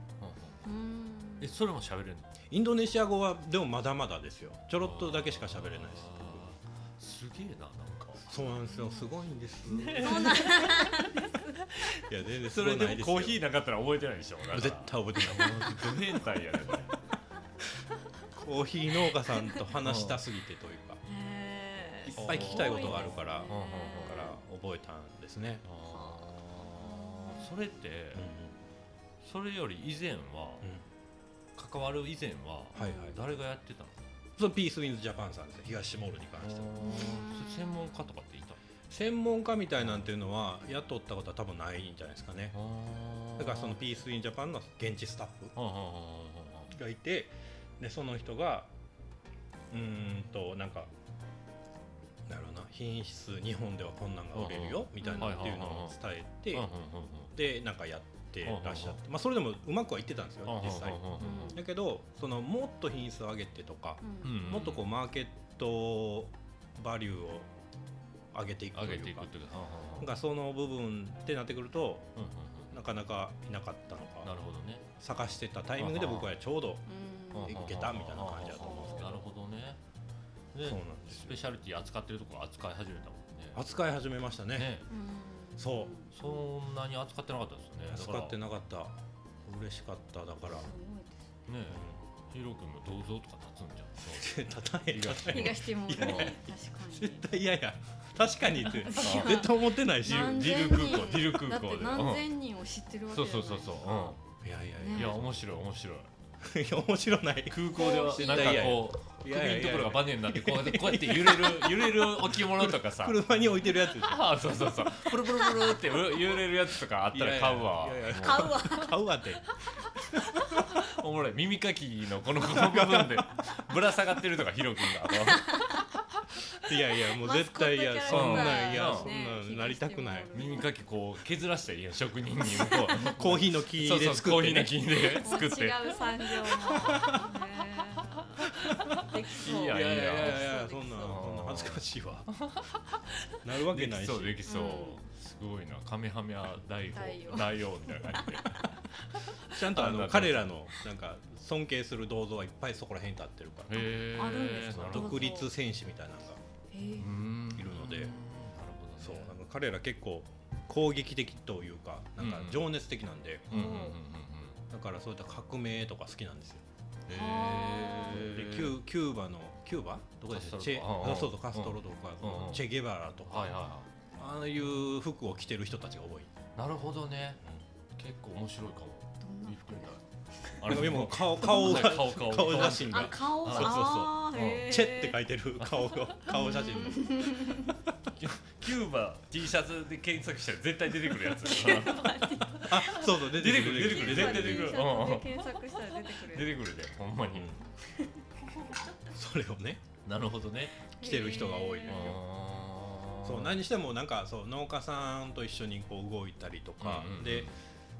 Speaker 2: うん
Speaker 1: えそれも喋れるの
Speaker 3: インドネシア語はでもまだまだですよちょろっとだけしか喋れないです
Speaker 1: すすげえななんか
Speaker 3: そうなんですよすごいんです、
Speaker 2: そうなん
Speaker 3: いや全然す
Speaker 1: そ
Speaker 3: ご
Speaker 1: れ
Speaker 3: い
Speaker 1: で
Speaker 3: ない
Speaker 1: も
Speaker 3: です
Speaker 1: コ
Speaker 3: よ
Speaker 1: ーヒーなかったら覚えてないでしょ
Speaker 3: 絶対覚えてない
Speaker 1: 対無変態やね <laughs>
Speaker 3: コーヒー農家さんと話したすぎてというか
Speaker 2: へー
Speaker 3: いっぱい聞きたいことがあるから
Speaker 2: すごいですね
Speaker 1: うん
Speaker 3: だから覚えたんですね、
Speaker 1: あーそれって
Speaker 3: うん
Speaker 1: それより以前は
Speaker 3: うん
Speaker 1: 関わる以前は
Speaker 3: はいはい
Speaker 1: 誰がやってたの
Speaker 3: そのピースウィンズジャパンさんですよ東モールに関しては
Speaker 1: それ専門家とかっていた
Speaker 3: 専門家みたいなんていうのは雇ったことは多分ないんじゃないですかね
Speaker 1: の
Speaker 3: だからそのピースウィンジャパンの現地スタッ
Speaker 1: はあはあはあは
Speaker 3: フがいてでその人がうーんとなんかなるほどな品質日本ではこんなんが売れる
Speaker 1: うん
Speaker 3: よ
Speaker 1: うん
Speaker 3: みたいなっていうのを伝えて
Speaker 1: あうんうんうんうん
Speaker 3: でなんかやってらっしゃって、まあ、それでもうまくは言ってたんですよ実際
Speaker 1: うんうんうんうん
Speaker 3: だけどそのもっと品質を上げてとか、
Speaker 2: うん
Speaker 1: うん
Speaker 3: もっとこうマーケットバリューを上げていくと
Speaker 1: 上げて
Speaker 3: い
Speaker 1: いう
Speaker 3: か
Speaker 1: くってことか
Speaker 3: がその部分ってなってくると
Speaker 1: うんうんうん
Speaker 3: なかなかいなかったの
Speaker 1: な
Speaker 3: か
Speaker 1: るほどね
Speaker 3: 探してたタイミングで僕はちょうど
Speaker 2: うん
Speaker 3: いけたみたいな感じだと思うんですけど
Speaker 1: なるほどね
Speaker 3: そう
Speaker 1: で
Speaker 3: なんです
Speaker 1: ス
Speaker 3: よ
Speaker 1: ペシャリティ扱ってるとこ扱い始めたもんね
Speaker 3: 扱い始めましたね
Speaker 1: ね
Speaker 2: うん
Speaker 3: そう
Speaker 2: うん
Speaker 1: そんなに扱ってなかったですよねだから
Speaker 3: 扱ってなかった嬉しかっただか
Speaker 2: す
Speaker 3: ら、
Speaker 2: ごいです
Speaker 1: ねヒーロー君も銅像とか立つんじゃん
Speaker 3: うん、たたえたたえ
Speaker 2: 東ティ <laughs> モール
Speaker 1: いやいや
Speaker 2: 確
Speaker 3: 絶
Speaker 2: か
Speaker 3: 対嫌や確かにって
Speaker 2: あ
Speaker 3: 絶対思ってないしい
Speaker 2: に
Speaker 3: や
Speaker 2: 何
Speaker 1: ジ
Speaker 2: 千
Speaker 1: ル
Speaker 2: 人
Speaker 1: 空港ジル空港で
Speaker 2: だって何千人を知ってるわけ
Speaker 1: そう
Speaker 2: じゃ
Speaker 1: そ
Speaker 2: ないうですか
Speaker 1: そうそ
Speaker 3: いやいや
Speaker 1: う、うん、いや
Speaker 2: ね
Speaker 1: 面白い面白い
Speaker 3: いや面白ない
Speaker 1: 空港では
Speaker 2: コーヒー
Speaker 1: なんかこう
Speaker 3: いやいやいや
Speaker 1: 首のところがバネになってこうこうやって揺れる <laughs> 揺れる置物とかさ
Speaker 3: 車に置いてるやつでしょ
Speaker 1: ああ <laughs> そうそうそうプルプルプルって揺れるやつとかあったら買うわ
Speaker 3: いやいやいやいや
Speaker 2: 買うわ
Speaker 3: 買うわって
Speaker 1: おもろい耳かきのこのこの部分でぶら下がってるとかヒロ君が
Speaker 3: いやいやもう絶対いや
Speaker 2: マスコ
Speaker 3: そ
Speaker 1: ッ
Speaker 3: ん
Speaker 1: トキャラクター
Speaker 3: なんいや
Speaker 1: ね
Speaker 3: そんなんなりたくない
Speaker 1: 耳かきこう削らしていいやん職人にこう
Speaker 3: コーヒーの木
Speaker 1: そう
Speaker 3: で
Speaker 1: そう
Speaker 3: 作
Speaker 1: コ
Speaker 3: っ
Speaker 1: ーヒ
Speaker 3: て
Speaker 1: ーの
Speaker 3: ね
Speaker 1: 金で
Speaker 2: もう
Speaker 1: 作
Speaker 2: 違
Speaker 1: っ
Speaker 2: う
Speaker 1: て
Speaker 2: 産業もねできそう
Speaker 1: いいや
Speaker 3: <laughs> いやいやいやいや
Speaker 2: でき
Speaker 3: そ
Speaker 2: うん
Speaker 3: なん
Speaker 1: あー
Speaker 3: そんな恥ずかしいわなるわけ
Speaker 1: で
Speaker 3: な
Speaker 1: き
Speaker 3: いし
Speaker 1: そうできそう、
Speaker 2: うん
Speaker 1: すごいなカメハメハ大王
Speaker 2: 大
Speaker 1: 大王みたいな感じで
Speaker 3: ちゃんとあ
Speaker 1: あんな
Speaker 3: の
Speaker 1: 感じ
Speaker 3: 彼らのなんか尊敬する銅像はいっぱいそこら辺に立ってるから
Speaker 1: へー
Speaker 2: あるんですか
Speaker 1: なるほど
Speaker 3: 独立戦士みたいなのが
Speaker 2: へえ
Speaker 1: い
Speaker 3: いるので
Speaker 1: なる
Speaker 3: そ
Speaker 1: ほど
Speaker 3: う
Speaker 1: ね
Speaker 3: なんか彼ら結構攻撃的というかなんか
Speaker 1: うん
Speaker 3: 情熱的なんで
Speaker 1: うんうんうんうんうん
Speaker 3: だからそういった革命とか好きなんですよ
Speaker 2: はー
Speaker 1: へ
Speaker 3: で
Speaker 1: ー
Speaker 3: キューキューバのキューバどこでした
Speaker 1: カス
Speaker 3: チ
Speaker 1: ト
Speaker 3: ェ
Speaker 1: ロとかうんうん
Speaker 3: そうそうカストロとか
Speaker 1: うんうん
Speaker 3: チェ・ゲバラと
Speaker 1: はいはい
Speaker 3: か
Speaker 1: は
Speaker 3: ああいう服を着てる人たちが多い
Speaker 1: いなるほどね結構面白いかも
Speaker 2: どんな
Speaker 1: 衣服みたい
Speaker 3: あれでも顔
Speaker 1: 顔
Speaker 3: 顔が
Speaker 1: 顔顔
Speaker 3: 顔写真
Speaker 2: あ
Speaker 3: が
Speaker 2: 顔
Speaker 1: そう
Speaker 3: そうそう
Speaker 2: あー
Speaker 1: うん
Speaker 2: へえ
Speaker 3: チェって書いてる顔が顔写真の
Speaker 1: キューバ T シャツで検索したら絶対出てくるやつ <laughs>
Speaker 3: あそうそう出てくる
Speaker 1: 出てく
Speaker 2: キ
Speaker 1: る
Speaker 2: ーワード
Speaker 1: 出てくる
Speaker 2: キーワードで検索したら出てく
Speaker 1: 出
Speaker 2: る
Speaker 1: てくるでほんまに、
Speaker 3: <laughs> それをね
Speaker 1: なるほどね
Speaker 3: 来てる人が多い
Speaker 2: へ
Speaker 3: ね
Speaker 2: ー
Speaker 3: そう
Speaker 1: 何
Speaker 3: 何にしてもなんかそう農家さんと一緒にこう動いたりとか、
Speaker 1: うんうんうん
Speaker 3: で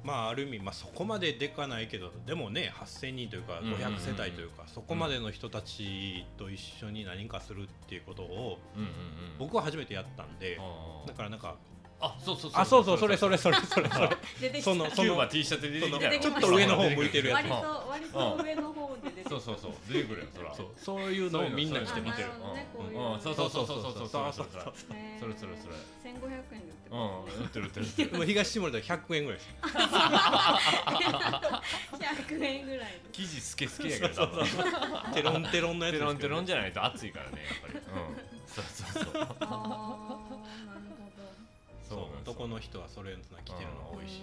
Speaker 3: まあある意味、まあ、そこまででかないけどでもね8,000人というか
Speaker 1: うんうんうん
Speaker 3: 500世帯というか、そこまでの人たちと一緒に何かするっていうことを
Speaker 1: うんうんうん
Speaker 3: 僕は初めてやったんで、
Speaker 1: あー
Speaker 3: だからなんか
Speaker 1: あそうそう
Speaker 3: あそうそうそれそれそれそれそれ
Speaker 2: 出てきた
Speaker 3: その
Speaker 1: キューバ T シャツで出てきたよ
Speaker 2: ちょっと上の
Speaker 3: 方向いてるや
Speaker 2: 割と割と上の方で出てきた
Speaker 1: そうそうそう出てくるよそら
Speaker 3: そうそういうのをみんなにして見てる
Speaker 2: あなるほどねこういう
Speaker 1: うんうんそうそうそうそうそうそうそう
Speaker 3: そ
Speaker 1: そうう
Speaker 3: そうそう
Speaker 2: へー
Speaker 1: それそれそれ
Speaker 2: 1500円で売って
Speaker 1: うん
Speaker 2: ま
Speaker 1: 売ってる売ってる売ってる
Speaker 3: でも東下で100円ぐらいです
Speaker 2: す、100円ぐらい
Speaker 3: <laughs>
Speaker 2: で
Speaker 1: 生地スケスケやけど多分
Speaker 3: テロンテロンのや
Speaker 1: テ
Speaker 3: つですけど
Speaker 1: ロンテロンじゃないと暑いからねやっぱりうんそうそうそう
Speaker 2: あーなるほど
Speaker 3: そう
Speaker 1: なんですよ
Speaker 3: 男の人はそれな着てるのが多い
Speaker 1: へ
Speaker 3: し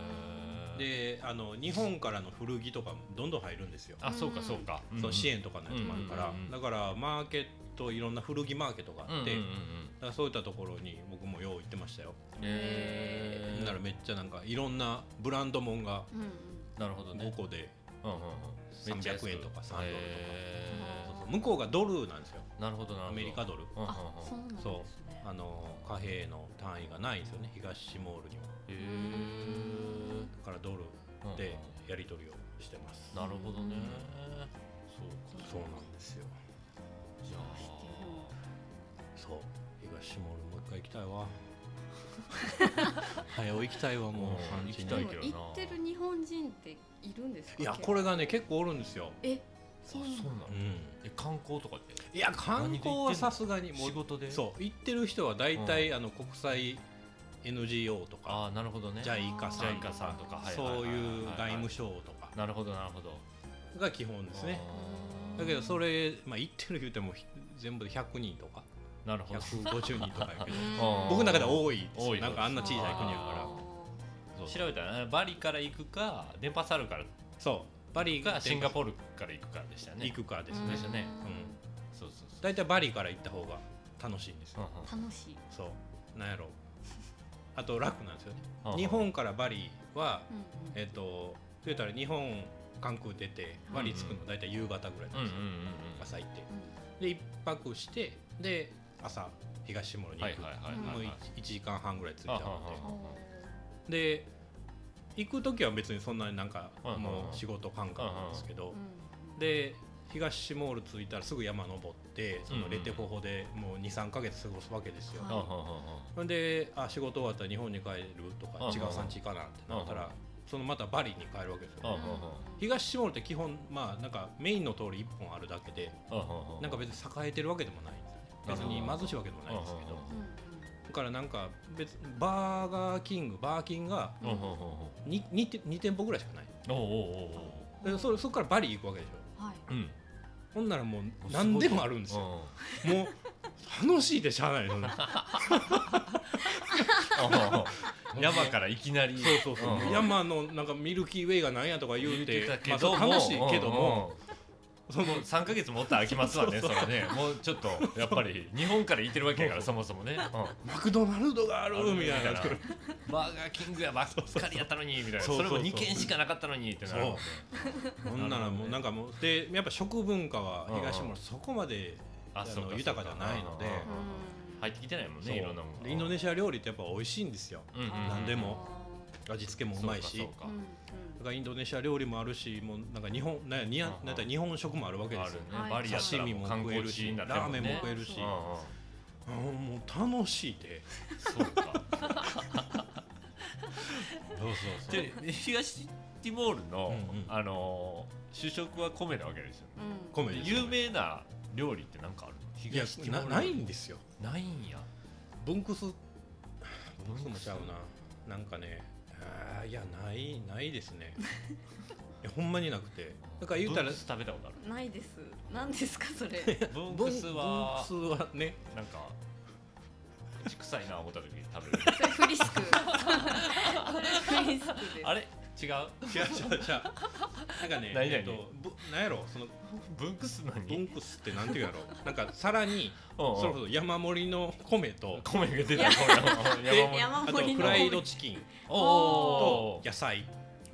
Speaker 1: ー
Speaker 3: であの日本からの古着とかもどんどん入るんですよ
Speaker 1: あそうかそうか
Speaker 3: そ
Speaker 1: ん
Speaker 3: う支援とかのやつもあるから、
Speaker 1: うんうんうん
Speaker 3: だからマーケットいろんな古着マーケットが
Speaker 1: うん
Speaker 3: あ
Speaker 1: う
Speaker 3: っ
Speaker 1: ん
Speaker 3: て、
Speaker 1: うんう
Speaker 3: だ
Speaker 1: ん
Speaker 3: からそういったところに僕もよう行ってましたよ、
Speaker 1: へ
Speaker 3: だ
Speaker 1: ー
Speaker 3: からめっちゃなんかいろんなブランドもんが
Speaker 2: うんうん
Speaker 1: なるほどね
Speaker 3: 5個で
Speaker 1: うんうんうんめっちゃ安く
Speaker 3: 300円とか3ドルとか
Speaker 1: へー
Speaker 3: そうそう向こうがドルなんですよ
Speaker 1: なるほどなるほど
Speaker 3: アメリカドル
Speaker 1: うんうんうん
Speaker 2: あ、そうなんですね。
Speaker 3: あの貨幣の単位がないんですよね東シモールには
Speaker 1: へー
Speaker 3: だからドル
Speaker 1: うんうん
Speaker 3: でやり取りをしてます
Speaker 1: なるほどねそうか
Speaker 3: そうなんですよ
Speaker 1: じゃあ
Speaker 3: そう東シモールもう一回行きた
Speaker 1: <laughs>
Speaker 3: いわ早う行きたいわもう
Speaker 1: うん
Speaker 3: 産地
Speaker 1: 行き
Speaker 3: に
Speaker 1: た
Speaker 2: で
Speaker 1: い
Speaker 2: も
Speaker 1: けどな
Speaker 2: 行ってる日本人っているんですか。
Speaker 3: いや
Speaker 2: 結構
Speaker 3: これがね結構おるんですよ、
Speaker 2: え、
Speaker 1: そ
Speaker 2: そうう
Speaker 1: な
Speaker 2: なんだ。
Speaker 1: の
Speaker 3: うん、
Speaker 1: え観光とかで
Speaker 3: いや観光はさすがにも
Speaker 1: 仕
Speaker 3: う
Speaker 1: 事でう
Speaker 3: そう行ってる人は大体、あの国際 NGO とか
Speaker 1: ああなるほどね
Speaker 3: ジャイカさん
Speaker 1: JICA
Speaker 3: とか
Speaker 1: さんとかはい
Speaker 3: そういう
Speaker 1: は
Speaker 3: 外
Speaker 1: はは
Speaker 3: 務省とか
Speaker 1: なるほどなるほど
Speaker 3: が基本ですね
Speaker 1: あー
Speaker 3: だけどそれ、まあ、行ってる言うてもひ全部で100人とか
Speaker 1: なるほど
Speaker 3: 150人と
Speaker 1: <laughs>
Speaker 3: かやけど
Speaker 1: あー
Speaker 3: 僕の中では多いです
Speaker 1: 多
Speaker 3: よ
Speaker 1: い
Speaker 3: なんかあんな小さい国や
Speaker 1: あ
Speaker 3: か
Speaker 1: そう
Speaker 3: ら
Speaker 1: 調べたらねバリから行くか電波サルから
Speaker 3: そうバリ
Speaker 1: か
Speaker 3: が
Speaker 1: シンガポ
Speaker 3: ー
Speaker 1: ールから行くかでしたよね
Speaker 3: 行くかです
Speaker 1: ん
Speaker 3: ね
Speaker 1: でしたね
Speaker 3: うん
Speaker 1: そうそうそう
Speaker 3: 大体バリから行った方が楽しいんですよ
Speaker 1: う
Speaker 2: 楽しい。
Speaker 3: そうなんやろあと楽なんですよね
Speaker 1: んうん
Speaker 3: 日本からバリは
Speaker 2: うんうん
Speaker 3: えっ、と言うたら日本関空出てバリ着くの大体夕方ぐらい
Speaker 1: うん
Speaker 3: な
Speaker 1: うんんう
Speaker 3: で
Speaker 1: ん
Speaker 3: すよ、朝行って
Speaker 2: うん
Speaker 3: で一泊してで朝東下
Speaker 1: う
Speaker 3: に
Speaker 1: んは
Speaker 3: 行
Speaker 1: い
Speaker 3: く、
Speaker 1: はいはい
Speaker 3: も
Speaker 1: は
Speaker 3: う
Speaker 1: い
Speaker 3: い
Speaker 1: はい
Speaker 3: 1時間半ぐらい着い
Speaker 1: あ
Speaker 3: たの
Speaker 1: は
Speaker 2: あ
Speaker 1: あ
Speaker 2: ー
Speaker 1: は
Speaker 3: でで行く時は別にそんなになんか
Speaker 1: うんうんうん
Speaker 3: もう仕事感覚なんですけど
Speaker 2: うん
Speaker 3: で東下ル着いたらすぐ山登ってそのレテホホでもう23か月過ごすわけですよ、
Speaker 2: は
Speaker 1: あはあは
Speaker 3: ほんであ仕事終わったら日本に帰るとか
Speaker 1: うんうん
Speaker 3: 違う産地行かなってなった
Speaker 1: うん
Speaker 3: ら
Speaker 1: うん
Speaker 3: そのまたバリに帰るわけです
Speaker 1: あ
Speaker 3: よ
Speaker 1: はあ
Speaker 3: 東下ルって基本まあなんかメインの通り1本あるだけで
Speaker 1: あはあはあ
Speaker 3: なんか別に栄えてるわけでもないんですよね別に貧しいわけでもないんですけど
Speaker 2: うん
Speaker 3: だからなんか別バーガーキングバーキンが
Speaker 1: うんうんうんうん
Speaker 3: に 2, 店2店舗ぐらいしかない
Speaker 1: おうおうおう
Speaker 3: でそれそこからバリ行くわけでしょ
Speaker 2: うんはい。
Speaker 1: おううん
Speaker 3: ほんならもう何でもあるんですよもう楽しいでしゃあないの
Speaker 1: うん山からいきなり
Speaker 3: <laughs> そうそうそう、
Speaker 1: ん
Speaker 3: 山のなんかミルキーウェイがなんやとか言うて
Speaker 1: たけ
Speaker 3: まあ
Speaker 1: ど
Speaker 3: そう
Speaker 1: も
Speaker 3: 楽しいけども、
Speaker 1: うんうんもう3か月もおったら飽きますわね
Speaker 3: そ
Speaker 1: そうれねもうちょっとやっぱり日本から行ってるわけやからそもそもねうん
Speaker 3: マクドナルドがあるみたいな
Speaker 1: バーガーキングやばっかりやったのにみたいな
Speaker 3: そうそう
Speaker 1: そ
Speaker 3: そ
Speaker 1: れ
Speaker 3: う
Speaker 1: も2件しかなかったのにってなるもんね
Speaker 3: ほ <laughs> んならもうなんかもうでやっぱ食文化は東
Speaker 1: うんう
Speaker 3: も
Speaker 1: ん
Speaker 3: そこまで
Speaker 1: あ
Speaker 3: あ
Speaker 1: そうか
Speaker 3: の豊かじゃないので
Speaker 1: うん
Speaker 2: うん
Speaker 1: 入ってきてないもん
Speaker 3: そう
Speaker 1: ねいろんなものが
Speaker 3: でインドネシア料理ってやっぱ美味しいんですよ
Speaker 1: うんうん
Speaker 3: 何でも味付けもうまいし
Speaker 1: そうか
Speaker 2: うんうん
Speaker 3: だからインドネシア料理もあるし、もうなんか日本、なんやにや
Speaker 1: うんうん
Speaker 3: なんやったら日本食もあるわ
Speaker 1: そ
Speaker 3: け
Speaker 1: うか
Speaker 3: で
Speaker 1: あ
Speaker 3: す
Speaker 1: る
Speaker 3: よ
Speaker 1: ね。
Speaker 2: はい
Speaker 1: バリやった
Speaker 3: 刺
Speaker 1: ら
Speaker 3: 身
Speaker 1: もう
Speaker 3: も
Speaker 1: 観
Speaker 3: 食え
Speaker 1: 光
Speaker 3: る
Speaker 1: 地に
Speaker 3: し、
Speaker 1: な
Speaker 3: ラ
Speaker 1: ってる
Speaker 3: ーメンも
Speaker 1: ね
Speaker 3: 食えるし
Speaker 1: う、んうん
Speaker 3: あーもう楽しいで。
Speaker 1: そうか
Speaker 3: そうそうそう。
Speaker 1: で <laughs> 東ティモールの
Speaker 3: うんうん
Speaker 1: あのー主食は米なわけですよね
Speaker 2: うん
Speaker 3: 米
Speaker 1: で
Speaker 3: ですよ
Speaker 1: 有名な料理って何かあるの
Speaker 3: いや
Speaker 1: 東ティモー
Speaker 3: な
Speaker 1: ル
Speaker 3: ないんですよ。
Speaker 1: ないんや
Speaker 3: ブンクス、ブンクスもちゃうな。なんかね、あーいやないないですね。 <laughs> いやほんまになくて。だから言うたら
Speaker 1: ブンクス食べたことある
Speaker 2: ないです。何ですかそれ。
Speaker 1: ブン
Speaker 3: ブン
Speaker 1: クスは
Speaker 3: ブンクスはね、
Speaker 1: なんか口臭いな思った時に食
Speaker 3: <laughs>
Speaker 1: べる
Speaker 2: それフリスク。それフリスクです。
Speaker 1: あれ違う
Speaker 3: 違う違う違う。 <laughs> なんかね、
Speaker 1: 何々
Speaker 3: えっとぶなんやろその
Speaker 1: ブンクスの
Speaker 3: ブン
Speaker 1: に
Speaker 3: クスってなんていうんやろ。なんかさらに
Speaker 1: うんうん
Speaker 3: それこそ山盛りの米と。
Speaker 1: 米が出た米
Speaker 3: で
Speaker 1: 山盛り
Speaker 2: 山
Speaker 3: あと
Speaker 2: 盛り
Speaker 3: フ
Speaker 2: の。
Speaker 3: ライドチキン
Speaker 1: お
Speaker 3: と
Speaker 1: お
Speaker 3: 野菜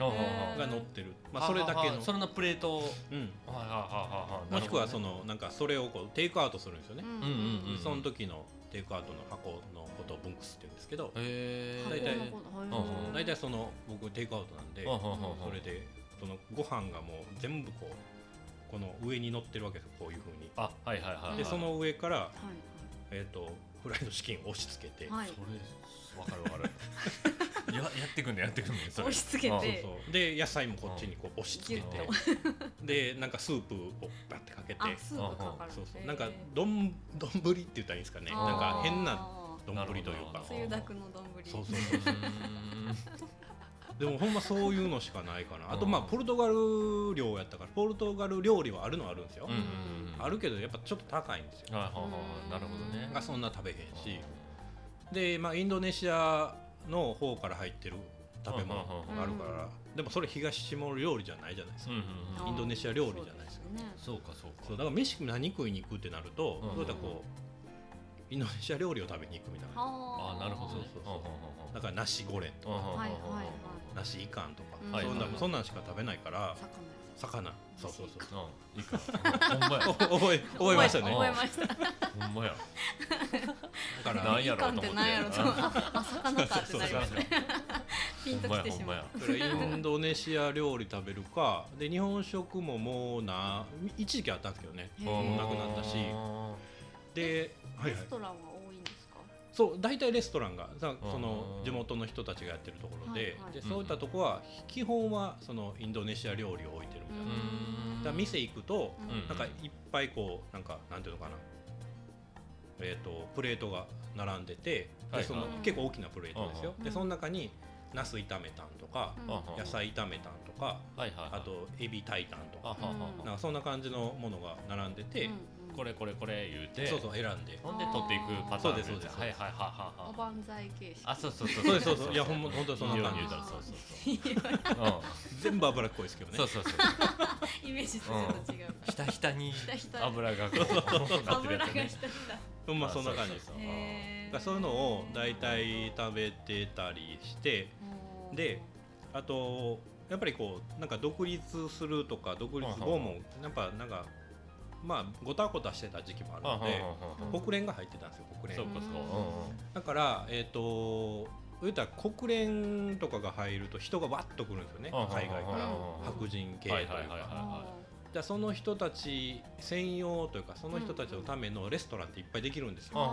Speaker 1: おお
Speaker 3: が乗ってる、まあ、それだけの、
Speaker 1: それのプレート
Speaker 3: うん、
Speaker 1: はいはいはいはい
Speaker 3: もしくはそ
Speaker 1: の
Speaker 3: のなんかそれをこうテイクアウトするんですよね、
Speaker 2: ん
Speaker 1: うんうん
Speaker 3: その時のテイクアウトの箱のことをブンクスって言うんですけど
Speaker 1: へ
Speaker 2: 箱
Speaker 1: え
Speaker 3: 大体
Speaker 2: のこと
Speaker 1: うんうん
Speaker 3: 大体その僕テイクアウトなんで
Speaker 1: うんうんうんうん
Speaker 3: それでそのご飯がもう全部こうこの上に乗ってるわけですよこういうふうに
Speaker 1: あはいはいはいはい
Speaker 3: でその上から、
Speaker 2: は
Speaker 3: えー、とフライドチキンを押し付けて、
Speaker 2: いはい。はい
Speaker 1: そ。れわかるわかる <laughs> ややってくんねやってくんねそれ
Speaker 2: 押し付けて
Speaker 3: そうそうで野菜もこっちにこう押し付け
Speaker 1: ギュ
Speaker 3: てでなんかスープをバッてかけて
Speaker 2: あ、スープかかる。
Speaker 3: そうそう
Speaker 2: へー
Speaker 3: なんかどんどんぶりって言ったらいいんですかね
Speaker 2: あー
Speaker 3: なんか変などんぶりという
Speaker 1: なる
Speaker 3: か
Speaker 1: ほ
Speaker 2: つゆだくの丼。
Speaker 3: そう
Speaker 1: う
Speaker 3: そう
Speaker 1: ーん
Speaker 3: でもほんまそういうのしかないかなあとまあ
Speaker 1: うん
Speaker 3: ポルトガル料やったからポルトガル料理はあるのはあるんですよ
Speaker 1: うんうんうん
Speaker 3: あるけどやっぱちょっと高いんですよ
Speaker 1: はいはいはいはいなるほどね
Speaker 3: がそんな食べへんしでまあインドネシアの方から入ってる食べ物があるか
Speaker 2: うんうん
Speaker 3: らでもそれ東下料理じゃないじゃないです
Speaker 1: う
Speaker 3: か
Speaker 1: んうんうん
Speaker 3: インドネシア料理じゃないですか
Speaker 2: か。
Speaker 1: そうかそうか
Speaker 3: そうだから飯何食いに行くってなると
Speaker 1: うん
Speaker 3: そうだからこうインドネシア料理を食べに行くみたいな
Speaker 1: あ
Speaker 2: あ
Speaker 1: あなるほど
Speaker 3: そうそうそうだからナシゴレンとか
Speaker 2: はいはいはい
Speaker 3: ナシイカンとか、
Speaker 2: はい
Speaker 3: そん
Speaker 1: は
Speaker 3: ない
Speaker 1: はい
Speaker 3: そんなんしか食べないから
Speaker 2: 魚です
Speaker 3: 魚そうそうそう
Speaker 1: いいかほんまや
Speaker 2: <laughs>
Speaker 3: お <laughs> 覚え覚えましたね
Speaker 2: 覚えました
Speaker 1: ほんまや
Speaker 3: だか
Speaker 1: な
Speaker 3: ら
Speaker 1: んやろうと思って
Speaker 2: みかんってなんやろうと思ってああ魚かって
Speaker 3: そう
Speaker 2: なりましたピンと
Speaker 1: ほんまや
Speaker 2: きて
Speaker 1: ほ
Speaker 2: し
Speaker 1: んま
Speaker 2: まう
Speaker 1: や
Speaker 3: それインドネシア料理食べるかで日本食ももうな一時期あったんですけどね
Speaker 2: へ
Speaker 1: もう
Speaker 2: ー
Speaker 3: なくなったしで、はい
Speaker 2: レ
Speaker 3: はい
Speaker 2: ス、トランは多いんですか
Speaker 3: そう大体レストランがさその
Speaker 1: うん
Speaker 3: 地元の人たちがやってるところで,、
Speaker 2: はいはい
Speaker 3: でそういったとこは基本はそのインドネシア料理を置いてるみたいな、
Speaker 1: うん
Speaker 3: だから店行くと
Speaker 2: う
Speaker 1: うん
Speaker 3: なんかいっぱいこうなんかなんていうのかなえー、とプレートが並んでて
Speaker 1: はい
Speaker 3: でその
Speaker 2: うん
Speaker 3: 結構大きなプレートですよ
Speaker 2: うん
Speaker 3: でその中にナス炒めたんとか
Speaker 2: うん
Speaker 1: あ
Speaker 3: 野菜炒めたんとか
Speaker 1: はいはい
Speaker 3: あとエビ炊いたんと
Speaker 1: あは
Speaker 3: か
Speaker 1: は
Speaker 3: なんかそんな感じのものが並んでて
Speaker 2: うんうん
Speaker 1: これこれこれ言うて
Speaker 3: そうそう選んで
Speaker 1: ほんで取っていくパターン
Speaker 3: そうですそうです
Speaker 1: はいはいはい
Speaker 2: お
Speaker 1: はいはい
Speaker 2: ばんざい形式
Speaker 1: あそうそうそう
Speaker 3: そうですそうですいやほんまほんとそんな感
Speaker 1: いいように
Speaker 3: じ
Speaker 1: 言うたらそうそう
Speaker 3: 全部脂っこいですけど
Speaker 1: そう
Speaker 3: ね
Speaker 1: そうそうそう
Speaker 2: イメージとちょっと違う
Speaker 1: ひた <laughs> ひたに
Speaker 2: ひたひた
Speaker 1: 油がこうなってる
Speaker 2: 油
Speaker 1: や
Speaker 2: が
Speaker 1: つ
Speaker 2: ひ
Speaker 1: ね
Speaker 2: たひた
Speaker 3: ほんまそんな感じです
Speaker 1: そうそうそう
Speaker 2: へー
Speaker 3: だからそういうのを大体食べてたりして
Speaker 2: うん
Speaker 3: であとやっぱりこうなんか独立するとか独立後もやっぱなんかまあごたごたしてた時期も
Speaker 1: あは
Speaker 3: あ
Speaker 1: は
Speaker 3: るの
Speaker 1: は
Speaker 2: ほ
Speaker 3: で国連が入ってたんですよ国
Speaker 1: そう
Speaker 3: 連
Speaker 1: かそうか
Speaker 2: うん
Speaker 3: だからえっ、と言ったら国連とかが入ると人がわっと来るんですよね
Speaker 1: うんうん
Speaker 3: 海外か
Speaker 2: うん
Speaker 3: ら
Speaker 2: うん
Speaker 3: 白人系と
Speaker 1: はいいうはいはいはい
Speaker 3: か
Speaker 2: あ
Speaker 3: じゃあその人たち専用というかその人たちのためのレストランっていっぱいできるんです
Speaker 2: ー
Speaker 1: うん
Speaker 3: よ
Speaker 2: あ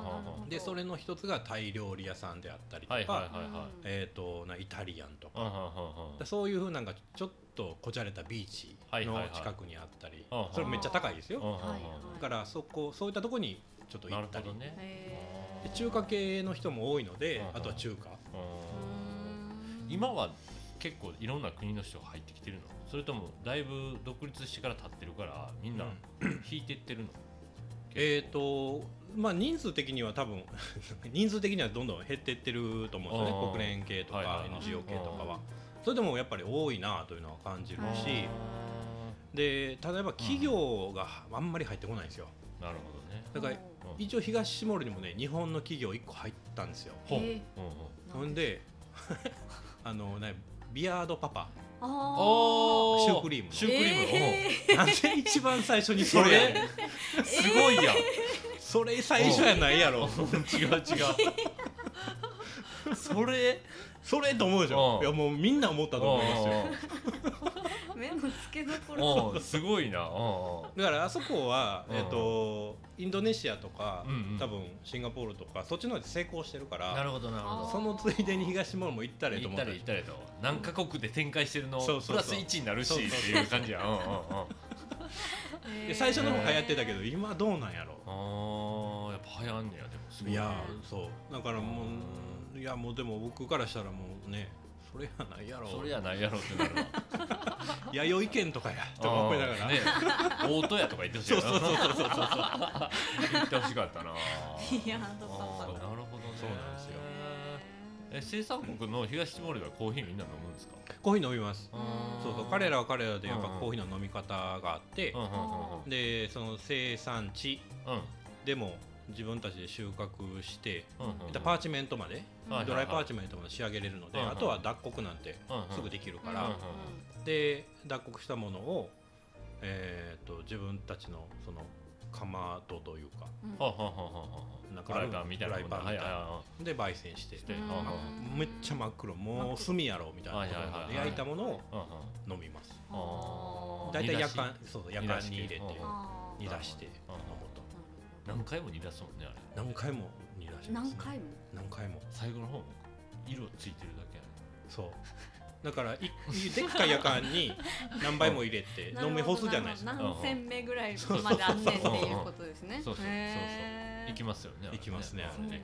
Speaker 2: ーなるほど
Speaker 3: でそれの一つがタイ料理屋さんであったりとか、
Speaker 1: はいはい
Speaker 2: うん
Speaker 3: えー、となイタリアンとか
Speaker 1: うんうんうんうん
Speaker 3: だそういうふうなんかちょっとこじゃれたビーチ
Speaker 1: はいはいは
Speaker 3: の
Speaker 1: い
Speaker 3: 近くにあったり、
Speaker 1: あは
Speaker 3: それめっちゃ高いです
Speaker 1: うんう
Speaker 3: よ、
Speaker 1: んうん
Speaker 2: はい
Speaker 3: だからそこそういったとこにちょっと
Speaker 1: な
Speaker 3: 行
Speaker 1: る
Speaker 3: った
Speaker 1: ほ
Speaker 3: り、
Speaker 1: どね
Speaker 2: へー
Speaker 3: で中華系の人も多いので、
Speaker 1: うん
Speaker 3: あとは中華
Speaker 1: うん
Speaker 2: うん
Speaker 1: 今は結構いろんな国の人が入ってきてるのそれともだいぶ独立してから経ってるからみんな
Speaker 3: うん
Speaker 1: 引いてってるの、
Speaker 3: えっ、とまあ人数的には多分 <laughs> 人数的にはどんどん減ってってると思うんですよ
Speaker 1: あー
Speaker 3: ね国連系と
Speaker 1: はいはい
Speaker 3: か
Speaker 1: はい
Speaker 3: NGO 系と
Speaker 2: う
Speaker 3: か
Speaker 2: んうんう
Speaker 3: は
Speaker 2: ん。
Speaker 3: それでもやっぱり多いなというのは感じる
Speaker 2: うん
Speaker 3: し、で例えば企業があんまり入ってこないんですよ
Speaker 1: なるほどね
Speaker 3: だから
Speaker 2: う
Speaker 1: うん
Speaker 3: 一応東下ルにもね日本の企業1個入ったんですよ
Speaker 1: ほう、
Speaker 2: へえ
Speaker 1: うんうん
Speaker 2: ん
Speaker 3: ほ
Speaker 1: <laughs>
Speaker 3: んであのねビアードパパ
Speaker 2: あ
Speaker 1: お
Speaker 3: シュークリームの
Speaker 1: シュークリーム、
Speaker 2: え
Speaker 3: なんで一番最初に
Speaker 1: そ
Speaker 3: それや
Speaker 1: れ
Speaker 3: ねん
Speaker 1: すごいやん、
Speaker 3: それ最初やないやろ
Speaker 1: <laughs> 違う違うそれ
Speaker 3: <laughs> それと思うでしょ
Speaker 1: うん
Speaker 3: いやもうみんな思ったと思いますよ
Speaker 1: <laughs>
Speaker 2: ー目の付けどころ
Speaker 1: うんうんすごいなうんうん
Speaker 3: だからあそこは、
Speaker 1: うん
Speaker 3: えっとインドネシアとか、
Speaker 1: うんうん
Speaker 3: 多分シンガポールとかそっちの方で成功してるから
Speaker 1: なるほどなるほ
Speaker 2: ほ
Speaker 1: ど
Speaker 3: そのついでに東下ルも行ったらいいと
Speaker 1: 行っ
Speaker 3: 思ったた
Speaker 1: ら行
Speaker 3: で
Speaker 1: っ
Speaker 3: しょ
Speaker 1: たらと何カ国で展開してるの
Speaker 3: そうそうそ
Speaker 1: プラ
Speaker 3: う
Speaker 1: ス1になるしっ
Speaker 3: そう
Speaker 1: て
Speaker 3: そうそう
Speaker 1: いう感じやうんうんうん
Speaker 2: へー
Speaker 3: で最初の方流行ってたけど今どうなんやろ
Speaker 1: あーやっぱ流行んねやでもすごい
Speaker 3: いや
Speaker 2: うん
Speaker 3: ーそうだからもういやもうでも僕からしたらもうねそれやないやろ
Speaker 1: それやないやろってなるわ
Speaker 3: 弥生県とかやとか思いながら、
Speaker 1: あーね大戸屋とか言ってほしい
Speaker 3: そう
Speaker 1: よな
Speaker 3: そうそうそうそうそう
Speaker 1: 言ってほしかったな
Speaker 2: ビアードパ
Speaker 1: あーなるほ
Speaker 2: パ
Speaker 1: どね
Speaker 3: そうなんですよ
Speaker 1: え生産国の東ティモールではコーヒーみんな飲むんですか
Speaker 3: コーヒー飲みます
Speaker 2: あー
Speaker 3: そうそう彼らは彼らでやっぱコーヒーの飲み方があって、
Speaker 1: うんうんう
Speaker 3: でその生産地
Speaker 1: んうん
Speaker 3: でも自分たちで収穫して、
Speaker 1: うんうんうん
Speaker 3: パーチメントまで、
Speaker 1: はいはい
Speaker 3: ドライパーチメントまで仕上げれるので、
Speaker 1: うんうん
Speaker 3: あとは脱穀なんて
Speaker 1: うんうん
Speaker 3: すぐできるか
Speaker 1: う
Speaker 3: ら、
Speaker 1: ん
Speaker 3: で脱穀したものを、えー、と自分たちのそのかまどというか
Speaker 2: うんうん
Speaker 1: ははははは
Speaker 3: なん
Speaker 1: フ
Speaker 3: かあ
Speaker 1: ラ
Speaker 3: る
Speaker 1: イパンみたいなもんだ
Speaker 3: フライパンみたいな
Speaker 1: は
Speaker 3: で焙煎して
Speaker 1: して
Speaker 2: うん
Speaker 1: はは
Speaker 3: めっちゃ真っ黒もう炭やろうみたいなところ
Speaker 1: はいはいはい
Speaker 3: で
Speaker 1: はい
Speaker 3: 焼いたものを
Speaker 1: いはいはい
Speaker 3: 飲みます
Speaker 1: あー
Speaker 3: 大体
Speaker 1: 煮出
Speaker 3: 夜
Speaker 1: し
Speaker 3: 間そう夜間に入れて
Speaker 1: 煮出して
Speaker 2: あー
Speaker 3: 煮出して飲
Speaker 1: うんうん
Speaker 3: むと
Speaker 1: うん何回も煮出すもんねあれ
Speaker 3: 何回も煮出しま
Speaker 2: 何
Speaker 3: す、ね、
Speaker 2: 回も
Speaker 3: 何回も
Speaker 1: 最後の方も色ついてるだけやね
Speaker 3: そうだからいでっかい夜間に何杯も入れ
Speaker 2: <laughs>
Speaker 3: て
Speaker 2: なるほど
Speaker 3: 飲み干すじゃないですか
Speaker 2: るほど何千目ぐらいまであんねんっていうことですね
Speaker 1: そうそうそうそう
Speaker 2: へー
Speaker 1: 行きますよねあれ
Speaker 3: 行きますね
Speaker 1: あれね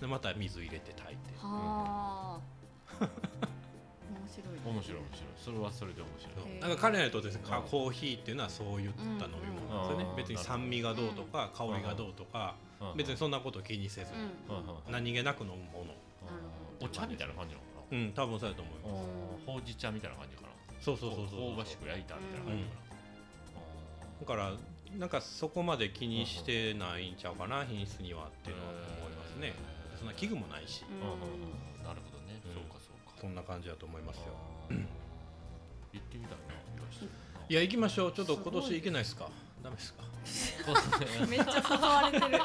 Speaker 3: でまた水入れて炊いて
Speaker 2: はあ面白いです
Speaker 1: うん面白い面白いそれはそれで面
Speaker 3: そう
Speaker 1: 白い
Speaker 2: へー
Speaker 3: なんか彼らにとってですね
Speaker 1: うん
Speaker 3: かコーヒーっていうのはそういった飲み物なんですよね
Speaker 1: うん
Speaker 3: 別に酸味がどうとか香りがどうとか
Speaker 1: うん
Speaker 3: 別にそんなこと気にせず
Speaker 2: うん
Speaker 1: うんうん
Speaker 3: 何気なく飲むもの
Speaker 1: うんお茶みたいな感じなのかな
Speaker 3: うん多分そうやと思います
Speaker 2: うん
Speaker 1: ほうじ茶みたいな感じかな
Speaker 3: そうそうそうそう
Speaker 1: 香ばしく焼いたみたいな感じかな
Speaker 3: だからなんかそこまで気にしてないんちゃうかな品質にはっていうのは思いますね
Speaker 1: へー
Speaker 3: そんな器具もないし
Speaker 1: うんうんうんなるほどね、
Speaker 3: うん
Speaker 1: そうかそうか
Speaker 3: そんな感じだと思いますよ
Speaker 1: あー行ってみたいなよし
Speaker 3: いや行きましょうちょっと今年行けないですかダメですか
Speaker 1: こ
Speaker 2: めっちゃ誘われてる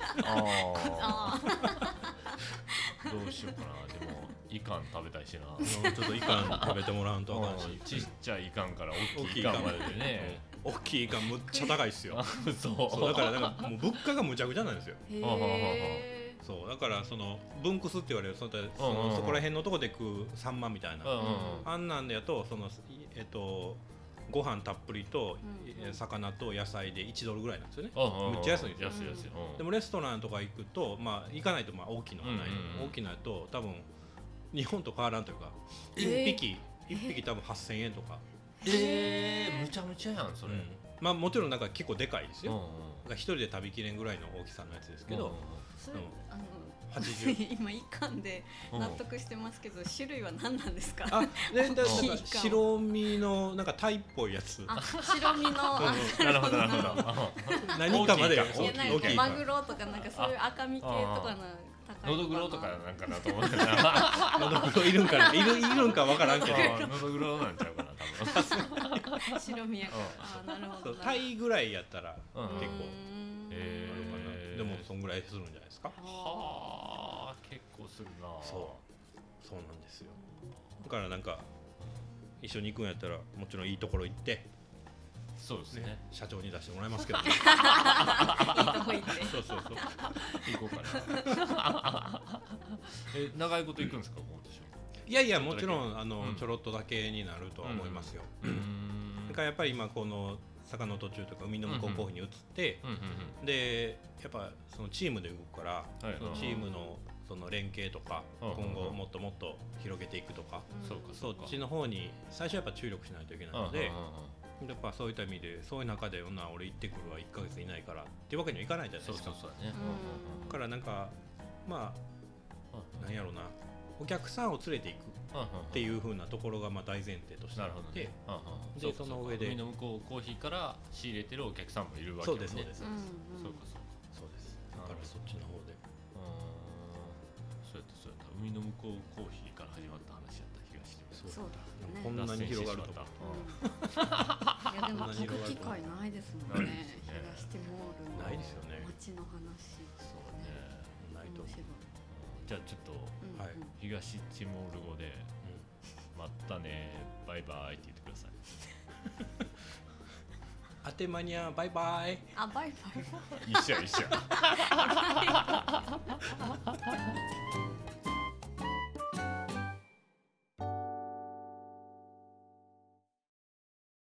Speaker 1: <laughs> あ
Speaker 2: あー
Speaker 1: ーどうしようかなでもいかん食べたいしな
Speaker 3: ちょっといかん食べてもらわんとあ
Speaker 1: <laughs>
Speaker 3: かん
Speaker 1: うんち
Speaker 3: し
Speaker 1: っちゃいいかんから大
Speaker 3: 大
Speaker 1: き
Speaker 3: き
Speaker 1: いい
Speaker 3: いい
Speaker 1: か
Speaker 3: か
Speaker 1: ん
Speaker 3: ん
Speaker 1: ま
Speaker 3: ま
Speaker 1: で
Speaker 3: で
Speaker 1: でね
Speaker 3: 大きいいかんむっちゃ高いっす
Speaker 1: <laughs>
Speaker 3: よ
Speaker 1: あそう
Speaker 3: そうだからなんかもう物価がむちゃくちゃなんですよ
Speaker 2: へ
Speaker 1: あはあはあ
Speaker 2: え
Speaker 3: そうだからその分クスって言われるそのそ
Speaker 1: うんうんうん
Speaker 3: のそこら辺のとこで食うサンマみたいな
Speaker 1: うんうんうん
Speaker 3: あんなんだとそのいえっとご飯たっぷりと、
Speaker 2: うんうん
Speaker 3: 魚と野菜で1ドルぐらいなんですよね、
Speaker 1: うんうん
Speaker 3: めっちゃ安いんです
Speaker 2: よ
Speaker 1: 安い安いうん
Speaker 3: でもレストランとか行くとまあ行かないとまあ大きいのがない、
Speaker 1: うんうんうん
Speaker 3: 大きいのやと多分日本と変わらんというか
Speaker 2: え
Speaker 3: 1
Speaker 2: ー
Speaker 3: 匹、一匹多分8000円とか、
Speaker 1: ええむちゃむちゃやんそれ
Speaker 3: うんまあもちろんなんか結構でかいです
Speaker 1: うんう
Speaker 3: よ、
Speaker 1: ん
Speaker 3: が一人で食べきれんぐらいの大きさのやつですけど、
Speaker 2: それ
Speaker 3: うん
Speaker 2: あの <laughs>
Speaker 3: 80
Speaker 2: 今一貫で
Speaker 1: うん
Speaker 2: 納得してますけど種類は何なんですか
Speaker 3: あでだだ
Speaker 1: 大き
Speaker 2: い
Speaker 3: から
Speaker 2: か
Speaker 3: 白身のなんかタイっぽいやつ
Speaker 2: あ白身のあ
Speaker 1: うんなるほどなるほど
Speaker 3: 何かまで
Speaker 1: 大きいか
Speaker 2: いやなん
Speaker 3: 大
Speaker 2: か
Speaker 3: きいか
Speaker 2: マグロとかなんかそういう赤身系とかの高い
Speaker 1: ノドグロとか
Speaker 2: な
Speaker 1: なんかなと思って
Speaker 3: <laughs>
Speaker 1: な
Speaker 3: ノドグロいるんかないるいるんかわからんけど
Speaker 1: そうノドグロなんちゃうかな多分
Speaker 2: 白身やからあーなるほ
Speaker 3: そ
Speaker 2: ど
Speaker 3: う
Speaker 2: な
Speaker 3: タイぐらいやったら
Speaker 1: うん
Speaker 3: 結
Speaker 1: へ
Speaker 3: 構あるか
Speaker 1: えー
Speaker 3: なでもそんぐらいするんじゃないですか
Speaker 1: はあ結構するな
Speaker 3: そそうなんですよだからなんか一緒に行くんやったらもちろんいいところ行って、
Speaker 1: そうです
Speaker 3: ね
Speaker 1: ね
Speaker 3: 社長に出してもらいます
Speaker 1: <laughs>
Speaker 3: けど
Speaker 2: い
Speaker 3: ね
Speaker 2: いとこ行って
Speaker 3: そうそうそう
Speaker 1: 行こうかなえ長いこと行くんですか今年
Speaker 3: <laughs> いやいやもちろんあの、
Speaker 1: うん
Speaker 3: ちょろっとだけになるとは思いますよ、
Speaker 1: うん
Speaker 3: だからやっぱり今この坂の途中というか海の向こうこういうふうに移って、
Speaker 1: うんうん
Speaker 3: でやっぱそのチームで動くから、
Speaker 1: はい
Speaker 3: そのチームのその連携とか、
Speaker 1: うん
Speaker 3: 今後もっともっと広げていくとか、
Speaker 1: うんそうか
Speaker 3: そっちの方に最初はやっぱ注力しないといけないの
Speaker 1: うんうん
Speaker 3: で
Speaker 1: うん、うん
Speaker 3: やっぱそういった意味でそういう中で女俺行ってくるわ1ヶ月いないからっていうわけにはいかないじゃない
Speaker 1: そ
Speaker 3: で
Speaker 1: う
Speaker 3: す
Speaker 1: そ
Speaker 3: か
Speaker 1: うそうだね
Speaker 2: うん
Speaker 3: だからなんかまあなんやろうなお客さんを連れていくっ
Speaker 1: って
Speaker 3: いう風なところがまあ大前提としてあ
Speaker 1: な
Speaker 3: っ
Speaker 1: るほど
Speaker 3: て
Speaker 1: ねうんうん
Speaker 3: で
Speaker 1: そうか
Speaker 3: その
Speaker 1: うか
Speaker 3: 上で
Speaker 1: 海の向こうコーヒーから仕入れてるお客さんもいるわけ
Speaker 3: そ
Speaker 1: よ
Speaker 3: う
Speaker 1: ね
Speaker 3: ですそうです
Speaker 1: そ
Speaker 3: そう
Speaker 2: う
Speaker 3: う
Speaker 2: ん
Speaker 3: で
Speaker 2: うん
Speaker 3: す
Speaker 1: かそうか
Speaker 3: そうですだからそっちの方
Speaker 1: うー
Speaker 3: で
Speaker 1: んそうやったそうやった海の向こうコーヒーから始まった話やった気がしてます
Speaker 2: そうだ
Speaker 3: こ
Speaker 2: よ
Speaker 3: ん
Speaker 2: ね
Speaker 3: なに広がる
Speaker 1: 脱線してし
Speaker 3: と
Speaker 1: ま
Speaker 3: は
Speaker 1: った
Speaker 2: うんいやでも聞く機会ないですもんね
Speaker 1: ないです
Speaker 2: 東ティモールの
Speaker 3: ないですよね
Speaker 2: 街の話
Speaker 1: そうね
Speaker 3: ないと
Speaker 2: 面白い
Speaker 1: じゃあちょっと
Speaker 2: うん
Speaker 3: はい
Speaker 2: うん
Speaker 1: 東チモール語で「まったねバイバイ」って言ってください
Speaker 3: <laughs> あてまにゃバイバイ
Speaker 2: あバイバイ
Speaker 1: 一緒や一緒や